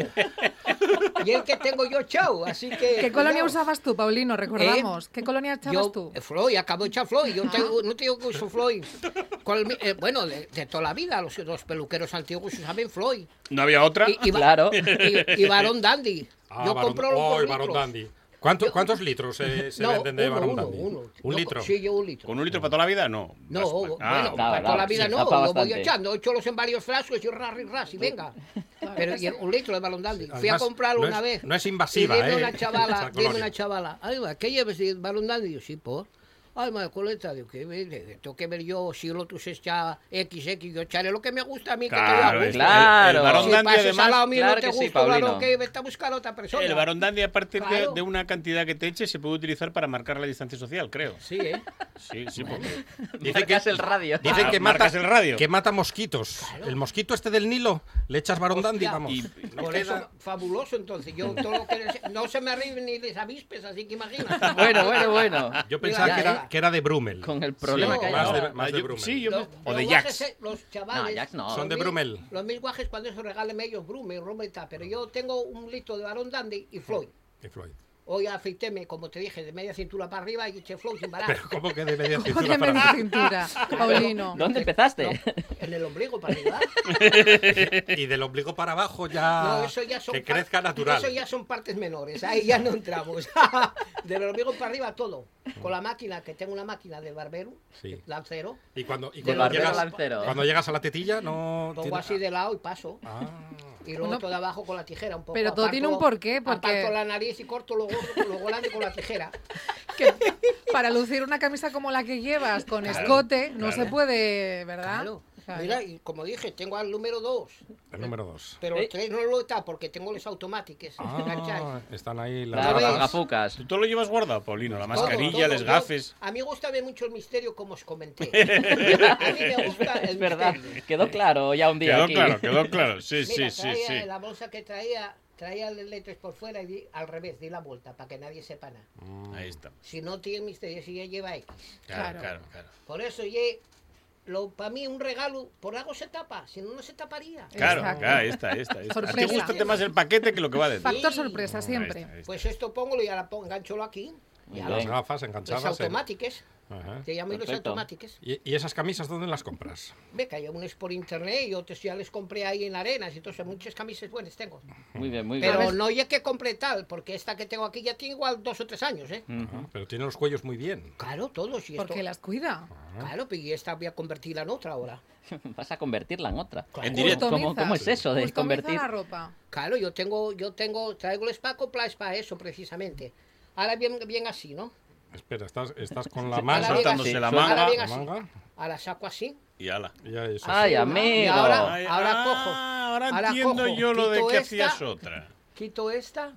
Y el que tengo yo, chao. Así que. ¿Qué colonia cuidado. usabas tú, Paulino? Recordamos. ¿Qué colonia echabas Yo, tú? eh, Floyd, acabo de echar Floyd. Yo tengo- no te digo que uso Floyd. Con el mi- eh, bueno, de, de toda la vida, los, los peluqueros antiguos usaben Floyd. No había otra. Y, y ba- Claro. Y, y Barón Dandy. Ah, yo Barón- compro los oh, dos el Barón litros. Dandy. ¿Cuánto- ¿Cuántos litros eh, se No, venden de uno, Barón uno, Dandy? uno. ¿Un Yo- litro? Sí, yo un litro. ¿Con un litro para toda la vida? No. No, Vas- bueno, Ah, dale, para vale. toda la dale, vida sí, no, tapa lo voy bastante. echando, ocho los en varios frascos y ras y ras [LAUGHS] y venga. Pero y un litro de balón dandy. Fui a Además, comprar no una es- vez. no es invasiva, y dime ¿eh? una chavala, Esa dime colonia. una chavala, ay, va, ¿qué lleves de balón dandy? Yo, sí, por. Ay, madre coleta, digo, ¿qué vende? Tengo que ver yo si el otro se echa XX, yo echaré lo que me gusta a mí. Claro, que es- te el- voy a Claro. El, Barón Si Dandy, pases al además, lado mío y claro no te que sí, gusta, claro Paulino. que vete a buscar a otra persona. El Barón Dandy, aparte de- Claro. de una cantidad que te eche, se puede utilizar para marcar la distancia social, creo. Sí, [LAUGHS] ¿eh? Sí, sí, porque. Dice Marcas el [LAUGHS] radio. Dicen que mata, Marcas el radio. que mata mosquitos. El mosquito este del Nilo, le echas Barón Dandy, Hostia. vamos. Y- Nos Por queda- eso, fabuloso [LAUGHS] entonces. Yo todo lo que les- no se me arriben ni les avispes, así que imagínate. Bueno, bueno, bueno. Yo pensaba Ya, que, ya. era, que era de Brummel. Con el problema Sí, que hay más ahora. de- más de yo- Brummel. sí, yo me- Los- o de los Jax. guajes, eh, Los chavales. No, Jax no. los e- Son de mil- Brummel. Los mil guajes cuando eso regálenme ellos Brummel, Roma y tal. Pero yo tengo un litro de Barón Dandy y Floyd. De Floyd. Hoy afeiteme, como te dije, de media cintura para arriba y eché flow sin parar. Pero ¿cómo que de [LAUGHS] media ¿Cómo cintura de para media cintura, Paulino? ¿Dónde empezaste? En el ombligo [LAUGHS] para arriba. Y del ombligo para abajo ya, No, eso ya son Ah, que par- crezca natural. Eso ya son partes menores, ahí ya no entramos. [LAUGHS] Del ombligo para arriba todo. Con la máquina, que tengo una máquina del barbero, Sí. lancero, Y cuando, y De cuando barbero llegas, lancero. cuando llegas a la tetilla, no. pongo tiene- así de lado y paso. Ah, Y luego Bueno, todo abajo con la tijera un poco. pero todo tiene un porqué, porque- Aparto la nariz y corto lo gordo, con lo grande con la tijera. Que para lucir una camisa como la que llevas, con escote, no se puede, ¿verdad? Claro. Claro. Mira, y como dije, tengo al número 2, el número [LAUGHS] dos. pero Eh. el 3 no lo está porque tengo los automáticos. Ah, están ahí las Claro, ves. las barras. gafucas. ¿Tú todo lo llevas guardado, Paulino? La Todo, mascarilla, todo. las Yo- gafes. a mí me gusta ver mucho el misterio, como os [LAUGHS] comenté. a mí me gusta el Es verdad, misterio. quedó claro ya un día Quedó aquí. claro, quedó claro. Sí, Mira, sí, sí, traía sí. la bolsa que traía, traía las letras por fuera y di al revés, di la vuelta para que nadie sepa nada. Ahí está. Si no tiene misterio, si ya lleva X. Claro. Claro, claro, claro. Por eso, ye, lo para mí un regalo, por algo se tapa, si no, no se taparía. Claro, Exacto. claro, ahí está, ahí está. ahí está. A ti Sorpresa. gústate más el paquete que lo que va dentro. Factor Sí. sorpresa siempre. Ahí está, ahí Pues esto pongo y ahora pon- engancholo aquí. Muy Las bien. gafas Las enganchadas. en- automáticas, Ajá. te llaman los perfecto. automáticas. ¿Y, y esas camisas dónde las compras? Ve que hay unos por internet y otros ya les compré ahí en arenas y entonces muchas camisas buenas tengo. Muy bien, muy bien. Pero no hay que compré tal, porque esta que tengo aquí ya tiene igual dos o tres años, ¿eh? Ujú. Pero tiene los cuellos muy bien. Claro, todos. Y esto, Porque las cuida. Claro, pues, y esta voy a convertirla en otra ahora. [LAUGHS] Vas a convertirla en otra. Claro. En directo. ¿Cómo, cómo es eso de Customiza convertir? la ropa. Claro, yo tengo, yo tengo, traigo el Spaco Plus para eso precisamente. Ahora bien, bien así, ¿no? Espera, estás, estás con [LAUGHS] la Ahora Ahora manga. bien saltándose así, la Ahora, manga. bien la así. manga, Ahora saco así. Y ala. y ya eso. Ay, Y amigo. ahora- Ay, cojo. ah, Ahora Ahora entiendo cojo. yo lo de Quito que esta. hacías otra. Quito esta,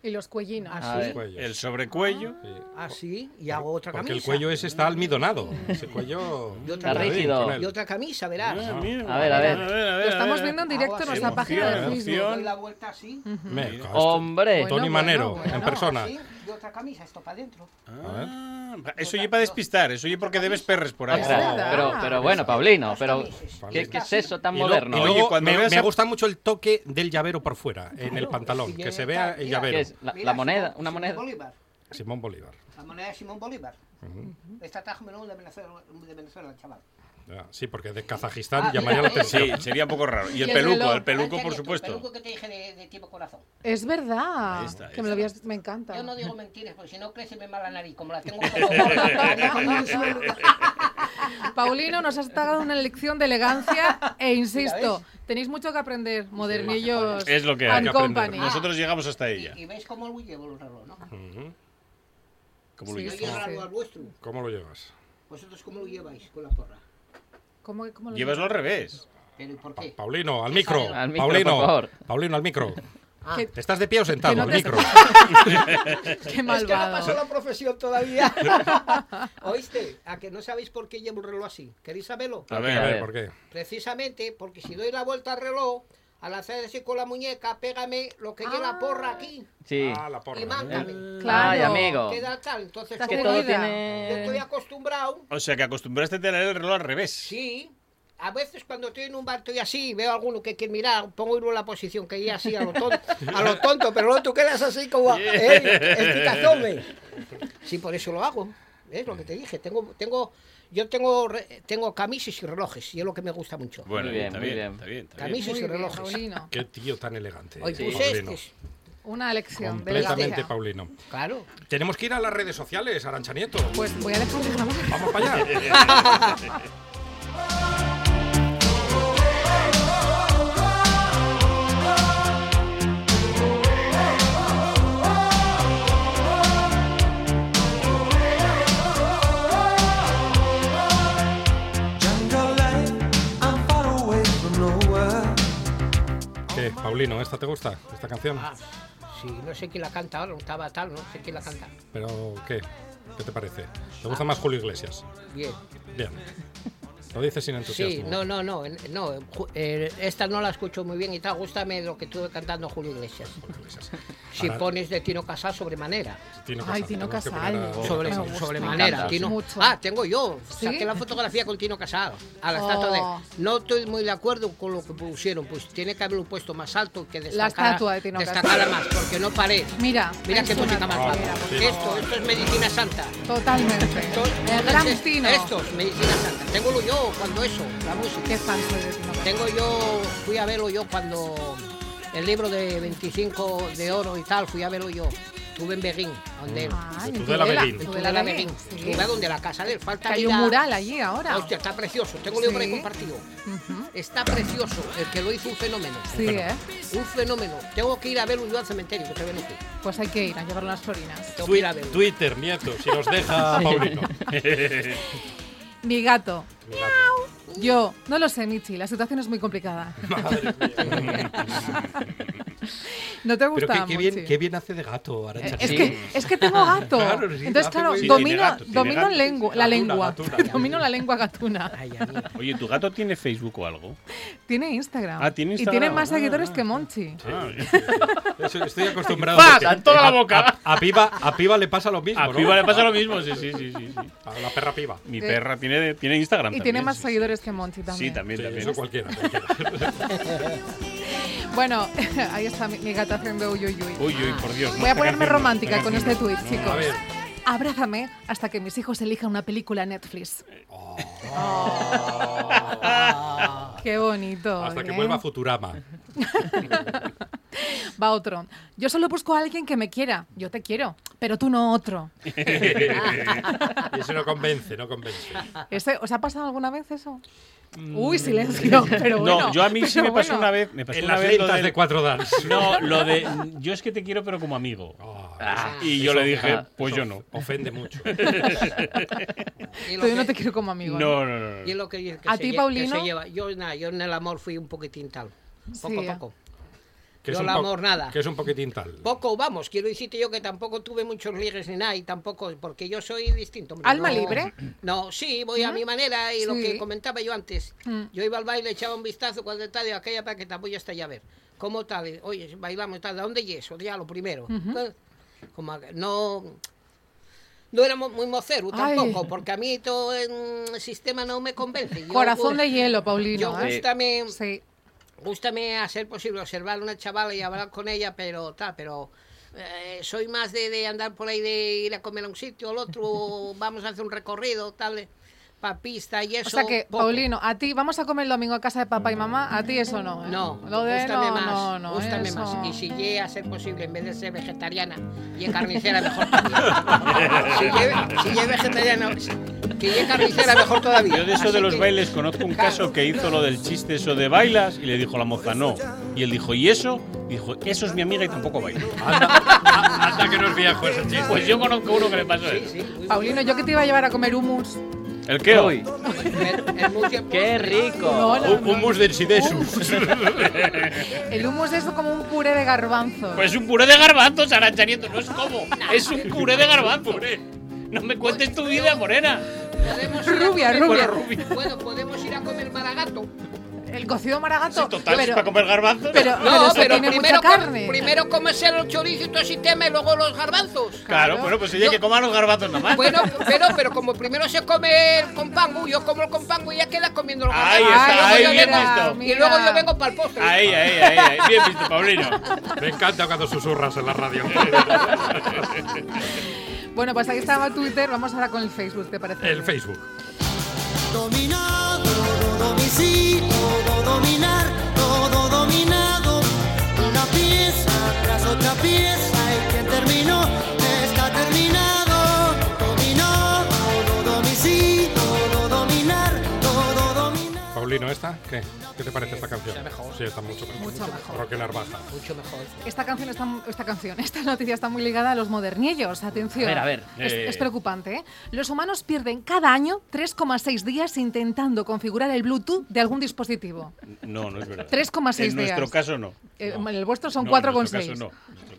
Y los cuellinos. A así, ver. Cuellos. El sobrecuello. Ah. Sí. así, y hago otra Porque el camisa. cuello ese está almidonado. Ese cuello. Yo Está Cuidadín rígido. con él. Y otra camisa, verás. Ah, mira. A ver, a ver. a Lo ver, a estamos ver. viendo en directo en Hago así, nuestra página de emoción, Facebook. emoción. Doy la vuelta así. Me Ah, cago en- Hombre, Pues Bueno, Tony bueno, Manero, bueno. en persona. Así, y otra camisa, esto para adentro. Ah, eso oye para despistar, eso oye porque debes perres por ahí. Es Hombre, verdad. pero, pero bueno, Paulino, Las pero camisas. ¿qué, qué es eso tan Y luego- moderno? y luego Oye, cuando me, veas me a- gusta mucho el toque del llavero por fuera, en el Claro, pantalón, sí, que se está, vea el mira. llavero. ¿Qué es? La, la moneda, una Simón moneda. Bolívar. Simón Bolívar. La moneda de Simón Bolívar. Esta trajo menudo de Venezuela, de Venezuela, chaval. Ah, Sí, porque de Kazajistán Ah, llamaría la mira, eh. atención. Sí, sería un poco raro. Y Y el el peluco, reloj. el peluco, Ah, por el supuesto. peluco que te dije de, de tipo corazón. Es verdad. Ahí está, ahí que me lo habías- me encanta. Yo no digo mentiras, porque si no crece me mala nariz. Como la [LAUGHS] tengo un poco gorda. [LAUGHS] Paulino nos has dado una lección de elegancia e insisto, tenéis mucho que aprender, modernillos Es lo que hay and que aprender. company. Nosotros llegamos hasta ella. y, y veis cómo lo llevo el reloj, ¿no? Ujú. Como lo Sí, llevas? Yo sí. llevo el reloj al vuestro. ¿Cómo lo llevas? ¿Vosotros cómo lo lleváis con la porra? ¿Cómo- cómo lo Llevaslo al revés. ¿Pero y por Pa- qué? Paulino, al micro. sale- Al micro, por Paulino, favor. Paulino, al micro. Ah, Que- ¿Estás de pie o sentado? no Al te- micro. [LAUGHS] Qué Es que no pasó malvado. la profesión [LAUGHS] todavía. ¿Oíste? A que no sabéis por qué llevo un reloj así. ¿Queréis saberlo? A A ver, ver, ¿por qué? Precisamente porque si doy la vuelta al reloj, al hacer así con la muñeca, pégame lo que lleva Ah. la porra aquí Sí. Ah, la porra. y mándame. Claro. Ay, amigo. Queda tal. Entonces, Es Que como todo yo- Comida. yo estoy tiene. acostumbrado, O sea que acostumbraste a tener el reloj al revés. sí. A veces cuando estoy en un bar, estoy así, veo a alguno que quiere mirar, pongo uno en la posición que ya así a lo tonto, a lo tonto pero luego tú quedas así como, ¡eh! el picazón, eh". Sí, por eso lo hago. Es lo que te dije. Tengo, tengo, yo tengo, re- tengo camisas y relojes, y es lo que me gusta mucho. Bueno, Muy bien, está, muy bien, bien. está bien, está Cami- bien. Misos y Muy bien, relojes. Paulino. Qué tío tan elegante. Hoy puse Paulino. estos. Una lección de Completamente, elegancia. Paulino. Claro. Tenemos que ir a las redes sociales, Arancha Nieto. Pues voy a dejar de grabar. Vamos para allá. Jungle life, I'm far away from nowhere. ¿Qué, Paulino, esta te gusta? ¿Esta canción? Ah, sí, no sé quién la canta ahora, no estaba tal, no sé quién la canta. ¿Pero qué? ¿Qué te parece? ¿Te gusta más Julio Iglesias? Bien. Bien. Lo dices sin Sí, entusiasmo. no, no, no, eh, no. eh, ju- eh, esta no la escucho muy bien y tal. Gústame lo que estuve cantando Julio Iglesias. Julio Iglesias. Circones de Tino Casal sobremanera. Tino Ay, Casal, Tino tenemos que Casal. poner a- Oh, Sobre, me gusta. Me sobremanera. encanta. Tino- Mucho. Ah, tengo yo. ¿Sí? Saqué la fotografía con Tino Casal. A la estatua Oh. de. No estoy muy de acuerdo con lo que pusieron. Pues tiene que haberlo puesto más alto que destacar. estatua de Tino Casal. más, porque no paré. Mira, Mira es qué una música más maravilla. guapa. sí. Esto, esto es medicina santa. Totalmente. Esto, El gran entonces, Tino. esto es medicina santa. Tengo yo cuando eso, la música. Qué fan soy de Tino. Tengo yo, fui a verlo yo cuando el libro de 25 de oro y tal, fui a verlo yo. Estuve en Berlín, donde él. Ah, De en Tudela, Tudela Berlín. En Tudela Tudela, Berlín, Berlín. sí. Estuve donde la casa de él falta Que hay un vida. mural allí ahora. Hostia, está precioso. Tengo el libro ahí Sí. compartido. Ujú. Está precioso. El que lo hizo un fenómeno. Sí, ¿eh? Un fenómeno. Tengo que ir a verlo yo al cementerio, que todavía no fui. Pues hay que ir a llevarlo a las florinas. Tengo que ir a Twi- verlo. Twitter, nieto, si nos deja Paulino. Mi gato. Yo, no lo sé, Michi, la situación es muy complicada. Madre mía. ¿No te Pero gusta, qué, qué bien, Michi? qué bien hace de gato, Eh, Arancha. Es Sí. que, es que tengo gato. Claro, sí, Entonces, hace claro, muy bien. domino, Tiene gato, tiene domino gato. lengua, la Gatuna, lengua. gatuna. Domino la lengua gatuna. Ay, amigo. Oye, ¿tu gato tiene Facebook o algo? Tiene Instagram. Ah, tiene Y tiene Instagram. más seguidores Ah, que Monchi. Ah, Eso, estoy acostumbrado. ¡Pasa porque en toda la a- boca! A, a piba, a piba Ah, le pasa lo mismo. a ¿no? Piva le pasa lo mismo, sí, sí, sí. sí, sí. A la perra piba. [LAUGHS] Mi Sí. perra tiene, tiene Instagram Y también. tiene más sí, seguidores que Monchi también. Sí, Sí, también, Sí, también. eso cualquiera. cualquiera. Bueno, [LAUGHS] ahí está mi, mi gato haciendo uy, uy, uy. Uy, uy, por Dios. no, Voy a esta ponerme canción no, romántica esta [LAUGHS] con este canción tuit, no. chicos. A ver. Abrázame hasta que mis hijos elijan una película Netflix. Oh. [LAUGHS] Qué bonito. Hasta que ¿eh? vuelva Futurama. Va otro. Yo solo busco a alguien que me quiera. Yo te quiero, pero tú no [LAUGHS] otro. y eso no convence, no convence. Ese- ¿Os ha pasado alguna vez eso? Uy, [LAUGHS] silencio. Pero bueno, Mm. no, yo a mí sí pero me [LAUGHS] pasó bueno. una vez. Me pasó En una las vez lo lentas de del- cuatro dance. [LAUGHS] No, lo de. Yo es que te quiero, pero como amigo. Oh, Ah, Y yo le dije, ah, pues eso yo no. Ofende mucho. Y lo Pero yo no que- te quiero como amigo. ¿eh? No, no, no. no. Y es lo que, que ¿A se ti, lle- que Paulino? se lleva. Yo, nada, yo en el amor fui un poquitín tal. Poco Sí, a ¿eh? poco. Que es Yo un la po- amor nada. Que es un poquitín tal. Poco, vamos, quiero decirte yo que tampoco tuve muchos ligues ni nada y tampoco, porque yo soy distinto. hombre, ¿Alma no- libre? No, sí, voy a mi manera y lo Sí. que comentaba yo antes. Mm. Yo iba al baile, echaba un vistazo cuando tal y aquella para que te voy hasta allá a ver. ¿Cómo tal? Y, Oye, bailamos tal, ¿de dónde y eso? Ya lo primero. Pues, Como a- no... No éramos muy mocero Ay. tampoco, porque a mí todo el sistema no me convence. Yo- pues, Corazón de hielo, Yo Paulino. ¿eh? gustame, Sí. gustame a ser posible observar a una chavala y hablar con ella, pero tal, pero eh, soy más de, de andar por ahí, de ir a comer a un sitio, al otro, [LAUGHS] o vamos a hacer un recorrido, tal, papista y eso. O sea que, poco. Paulino, a ti vamos a comer el domingo a casa de papá y mamá, a ti eso no. ¿eh? No, lo de gústame no, más, no, no, gústame eso. más. Y si llegué a ser posible, en vez de ser vegetariana y en carnicera, mejor [LAUGHS] todavía. si llegué si llegué vegetariana, que llegué carnicera, mejor todavía. Yo de eso Así de los que- bailes conozco un caso que hizo lo del chiste eso de bailas y le dijo la moza no. Y él dijo, ¿y eso? Y dijo, eso es mi amiga y tampoco baila. Hasta que no es viejo ese chiste. Pues yo conozco uno que le pasó Sí, eso. sí, muy Paulino, yo que te iba a llevar a comer hummus. ¿El qué? Uy, bueno. El- el murciélago- ¡Qué rico! No, no, Un, un mus de insidesus. El hummus es como un puré de garbanzo. [LAUGHS] Pues un puré de garbanzos, Arachanieto, no es como. Es un puré de garbanzos. No me cuentes tu vida, morena. Podemos ir a Rubia, comer- rubia. Bueno, Bueno, podemos ir a comer maragato. el cocido maragato. Total, si es pero, para comer garbanzos. pero, pero eso tiene mucha com- carne. primero comes el chorizo y todo ese tema y luego los garbanzos. Claro, bueno, pues ella Yo- que coma los garbanzos nomás. Bueno, pero, pero como primero se come el compango, yo como el compango y ya queda comiendo los Ahí garbanzos. está, Y luego ahí yo bien vengo- visto. Y luego yo vengo para el postre. Ahí, ahí, ahí, ahí. Bien visto, Paulino. Me encanta cuando susurras en la radio. Bueno, pues ahí estaba Twitter, vamos ahora con el Facebook, ¿te parece? El Facebook. Dominado, todo domicilio, todo dominar, todo dominado. Una pieza tras otra pieza, el que terminó está terminado. Dominado, todo domicilio, todo dominar, todo dominar. Paulino, ¿esta? ¿Qué? ¿Qué te parece esta canción? Está mejor. Sí, está mucho mejor. Mucho mejor. Roque Narvaja. Mucho mejor. Esta canción, está, esta canción, [LAUGHS] esta noticia está muy ligada a los modernillos. Atención. A ver, a ver. Es, Eh. es preocupante. ¿eh? Los humanos pierden cada año 3,6 días intentando configurar el Bluetooth de algún dispositivo. No, no es verdad. 3,6 En nuestro días. caso no. Eh, No. En el vuestro son No, 4,6. En nuestro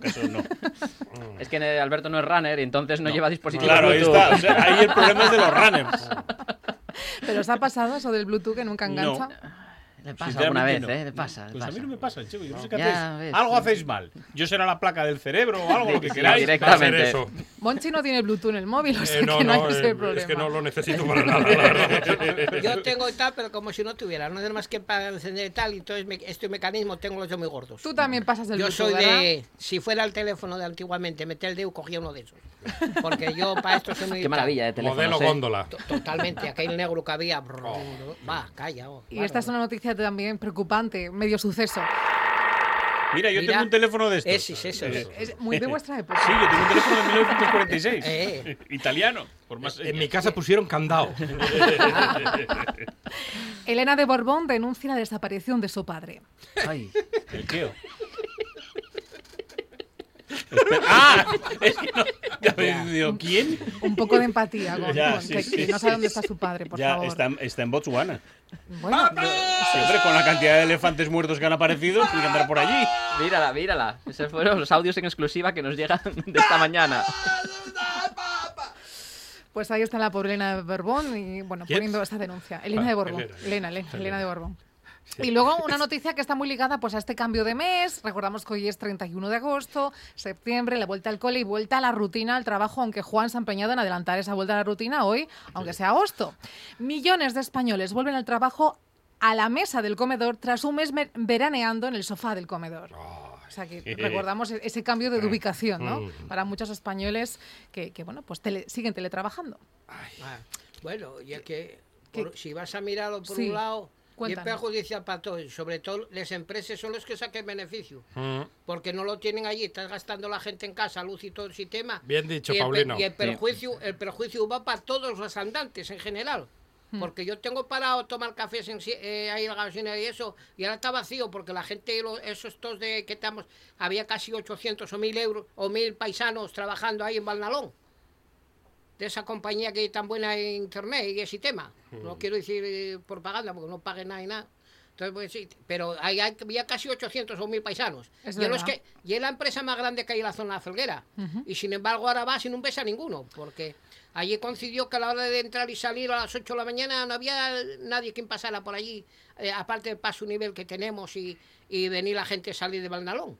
caso no. En nuestro [LAUGHS] caso no. Es que eh, Alberto no es runner y entonces no, lleva dispositivos Claro, ahí Bluetooth. está. O sea, ahí el problema es de los runners. ¿Pero os ha pasado eso del Bluetooth que nunca No. engancha? Le pasa alguna vez, Sinceramente no. ¿eh? Le pasa. le Pues a pasa. mí no me pasa, chico. Yo no sé qué Ya hacéis. ves, algo sí. hacéis mal. Yo será la placa del cerebro o algo, lo que Sí, Va queráis. a ser directamente. eso. Monchi no tiene Bluetooth en el móvil, o sea Eh, no, que no, no, hay ese eh, problema. es que no lo necesito para nada, la verdad. Yo tengo y tal, pero como si no tuviera. No es más que para encender y tal. y Entonces, me- este mecanismo tengo los yo muy gordos. Tú también pasas del Yo Bluetooth, soy ¿verdad? de. Si fuera el teléfono de antiguamente, meter el dedo, cogía uno de esos. Porque yo para esto soy [LAUGHS] muy. Qué maravilla ¿eh? de teléfono. Modelo góndola. To- Totalmente, aquel negro que había. brr, Oh. Va, calla. oh, Y esta es una noticia también preocupante, medio suceso. Mira, yo Mira, tengo un teléfono de Eh, estos. es- es eso, es. Es muy de vuestra época. [LAUGHS] Sí, yo tengo un teléfono de 1946. Eh. [LAUGHS] Italiano. Por más En mi casa pusieron candado. Elena de Borbón denuncia la desaparición de su padre. Ay, El tío. Espera- [LAUGHS] ¡Ah! Es que no- ya habéis decidido, ¿Quién? Un poco de empatía [LAUGHS] con, Ya, con sí, Keki. sí, no sabe sí, dónde sí. está su padre, por ya favor. está, está en Botswana. Bueno, Sí, hombre, con la cantidad de elefantes muertos que han aparecido, tiene que andar por allí. mírala, mírala. Esos fueron los audios en exclusiva que nos llegan de esta mañana. pues ahí está la pobre Elena de Borbón y bueno, ¿Quién? poniendo esta denuncia. Elena Ah, de Borbón. Elena. Elena, Elena, Elena, de Borbón. Y luego una noticia que está muy ligada pues a este cambio de mes. Recordamos que hoy es 31 de agosto, septiembre, la vuelta al cole y vuelta a la rutina al trabajo, aunque Juan se ha empeñado en adelantar esa vuelta a la rutina hoy, aunque sea agosto. Millones de españoles vuelven al trabajo a la mesa del comedor tras un mes mer- veraneando en el sofá del comedor. O sea que recordamos e- ese cambio de ubicación, ¿no? Para muchos españoles que, que, bueno, pues tele- siguen teletrabajando. Ah, bueno, y es que ¿Qué? por- si vas a mirarlo por Sí, un lado, y es cuéntanos. perjudicial para todos, sobre todo las empresas son los que saquen beneficio, Mm, porque no lo tienen allí, estás gastando la gente en casa, luz y todo el sistema. Bien dicho, y el, pe- Paulino. y el perjuicio, el perjuicio va para todos los andantes en general. Porque yo tengo parado a tomar cafés en, si- eh, ahí en la gasolina y eso, y ahora está vacío porque la gente, lo- esos tos de que estamos, había casi 800 o 1000 euros o 1000 paisanos trabajando ahí en Balnalón de esa compañía que es tan buena en internet y ese tema. Hmm. No quiero decir eh, propaganda porque no paguen nada y nada. Entonces, pues, sí, pero hay, hay- había casi 800 o 1000 paisanos. Es y, es los verdad. que, y es la empresa más grande que hay en la zona de la Felguera. Y sin embargo, ahora va sin un beso a ninguno, porque allí coincidió que a la hora de entrar y salir a las 8 de la mañana no había nadie quien pasara por allí, eh, aparte del paso nivel que tenemos y, y venir la gente a salir de Balnalón.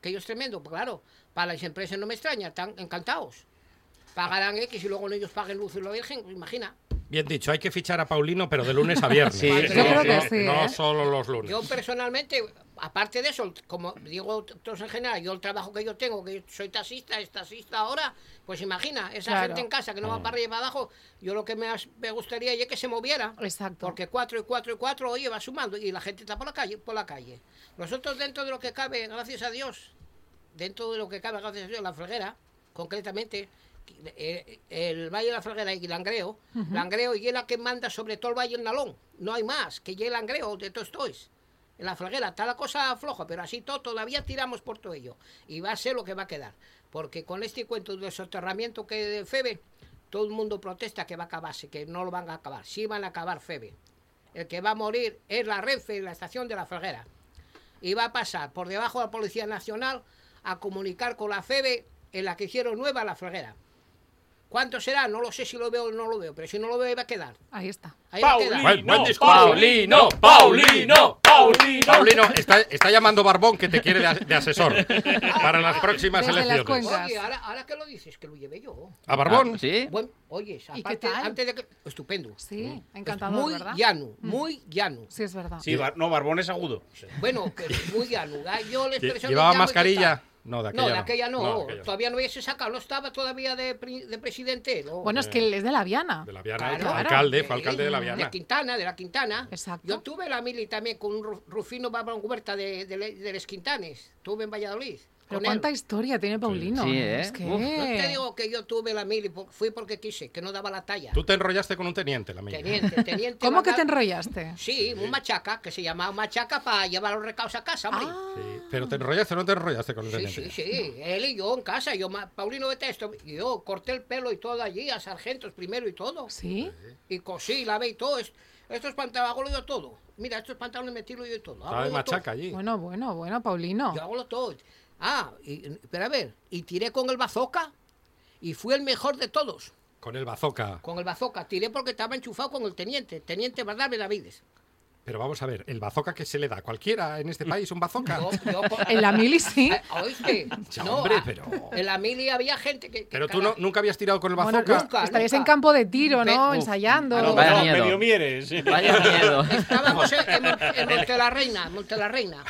Que ellos tremendo, pues claro, para las empresas no me extraña, están encantados pagarán X y luego ellos paguen luz y la Virgen, imagina. Bien dicho, hay que fichar a Paulino, pero de lunes a viernes. Sí, no, sí, Yo creo que no- sí, ¿eh? no solo los lunes. Yo personalmente, aparte de eso, como digo todos en general, yo el trabajo que yo tengo, que yo soy taxista, es taxista ahora, pues imagina, esa Claro. gente en casa que no va para arriba y para abajo, yo lo que más me gustaría es que se moviera. Exacto. Porque cuatro y cuatro y cuatro, oye, va sumando y la gente está por la calle, por la calle. Nosotros dentro de lo que cabe, gracias a Dios, dentro de lo que cabe, gracias a Dios, la Felguera, concretamente, eh, el Valle de la Felguera y Langreo, Langreo y es la que manda sobre todo el Valle del Nalón. No hay más, que llegue Langreo de todos estos. En la Felguera está la cosa floja, pero así todo todavía tiramos por todo ello. Y va a ser lo que va a quedar. Porque con este cuento del soterramiento que de Febe, todo el mundo protesta que va a acabarse, que no lo van a acabar. Sí van a acabar Febe. El que va a morir es la Renfe, la estación de la Felguera y va a pasar por debajo de la Policía Nacional a comunicar con la FEBE en la que hicieron nueva la freguera. ¿Cuánto será? No lo sé si lo veo o no lo veo, pero si no lo veo ahí va a quedar. Ahí está. Ahí va a quedar. Paulino, Buen- buen discurso. Paulino, Paulino, Paulino. Paulino, está, está llamando Barbón que te quiere de, as- de [LAUGHS] asesor para las próximas Desde las elecciones. cuencas. Oye, ahora, ahora que lo dices, que lo llevé yo. ¿A Barbón? Ah, ¿Sí? Bueno, oye, qué aparte, tal? antes de que... Estupendo. Mm. Sí, encantador, Muy ¿verdad? Mm. llano, muy llano. Sí, es verdad. Sí, bar- no, Barbón es agudo. Bueno, que muy llano. Ah, Yo la Lle- expresión ¿Llevaba llamo y qué mascarilla? tal. No, de aquella No, de aquella no. de aquella Todavía no hubiese sacado, no estaba todavía de, pri- de presidente. no. Bueno, es que él es de la Viana. De la Viana, Claro, fue alcalde, claro, fue alcalde de la De Viana. Quintana, de la Quintana. Exacto. Yo tuve la mili también con un Ru- Rufino Barbarón Huerta de, de, Le- de Les Quintanes. Tuve en Valladolid. Pero con cuánta él. historia tiene Paulino. Sí, ¿eh? Es que... Uf. No te digo que yo tuve la mili, por- fui porque quise, que no daba la talla. Tú te enrollaste con un teniente, la [LAUGHS] mía. Teniente, teniente. ¿Cómo que te mandaba- enrollaste? Sí, un machaca, que se llamaba machaca para llevar los recados a casa, hombre. Ah. Sí, pero te enrollaste o no te enrollaste con un Sí, teniente. sí, sí, él y yo en casa, yo, ma- Paulino, vete a esto, y yo corté el pelo y todo allí, a sargentos primero y todo. ¿Sí? y cosí, lavé y todo. es- Estos pantalones hago yo todo. Mira, estos pantalones me tiro yo todo. Estaba hago de yo machaca allí. Bueno, bueno, bueno, Paulino. todo, Yo hago todo. Ah, y, pero a ver, y tiré con el bazooka y fui el mejor de todos. Con el bazooka. Con el bazooka, tiré porque estaba enchufado con el teniente, teniente Bardabe Davides. Pero vamos a ver, el bazooka que se le da a cualquiera en este Mm. país, un bazooka. Yo- yo [LAUGHS] por- En la mili [LAUGHS] sí. Ah, ¿Oíste? Ya, No, hombre, ah, pero- En la mili había gente que. que Pero tú cada- no- nunca habías tirado con el Bueno, bazooka. nunca, estarías nunca. en campo de tiro, ¿no? Uf, Ensayando. no, Vaya Vaya miedo. Ah, medio mieres. Vaya miedo. Estábamos en, [LAUGHS] en, Mon- en Monte la Reina, Monte la Reina.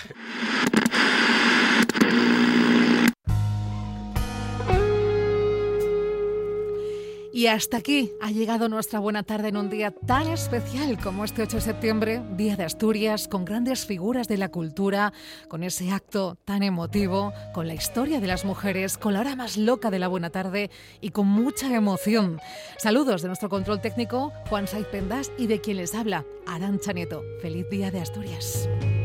Y hasta aquí ha llegado nuestra buena tarde en un día tan especial como este 8 de septiembre, Día de Asturias, con grandes figuras de la cultura, con ese acto tan emotivo, con la historia de las mujeres, con la hora más loca de la buena tarde y con mucha emoción. Saludos de nuestro control técnico, Juan Saiz Pendas, y de quien les habla, Arancha Nieto. Feliz Día de Asturias. Ah,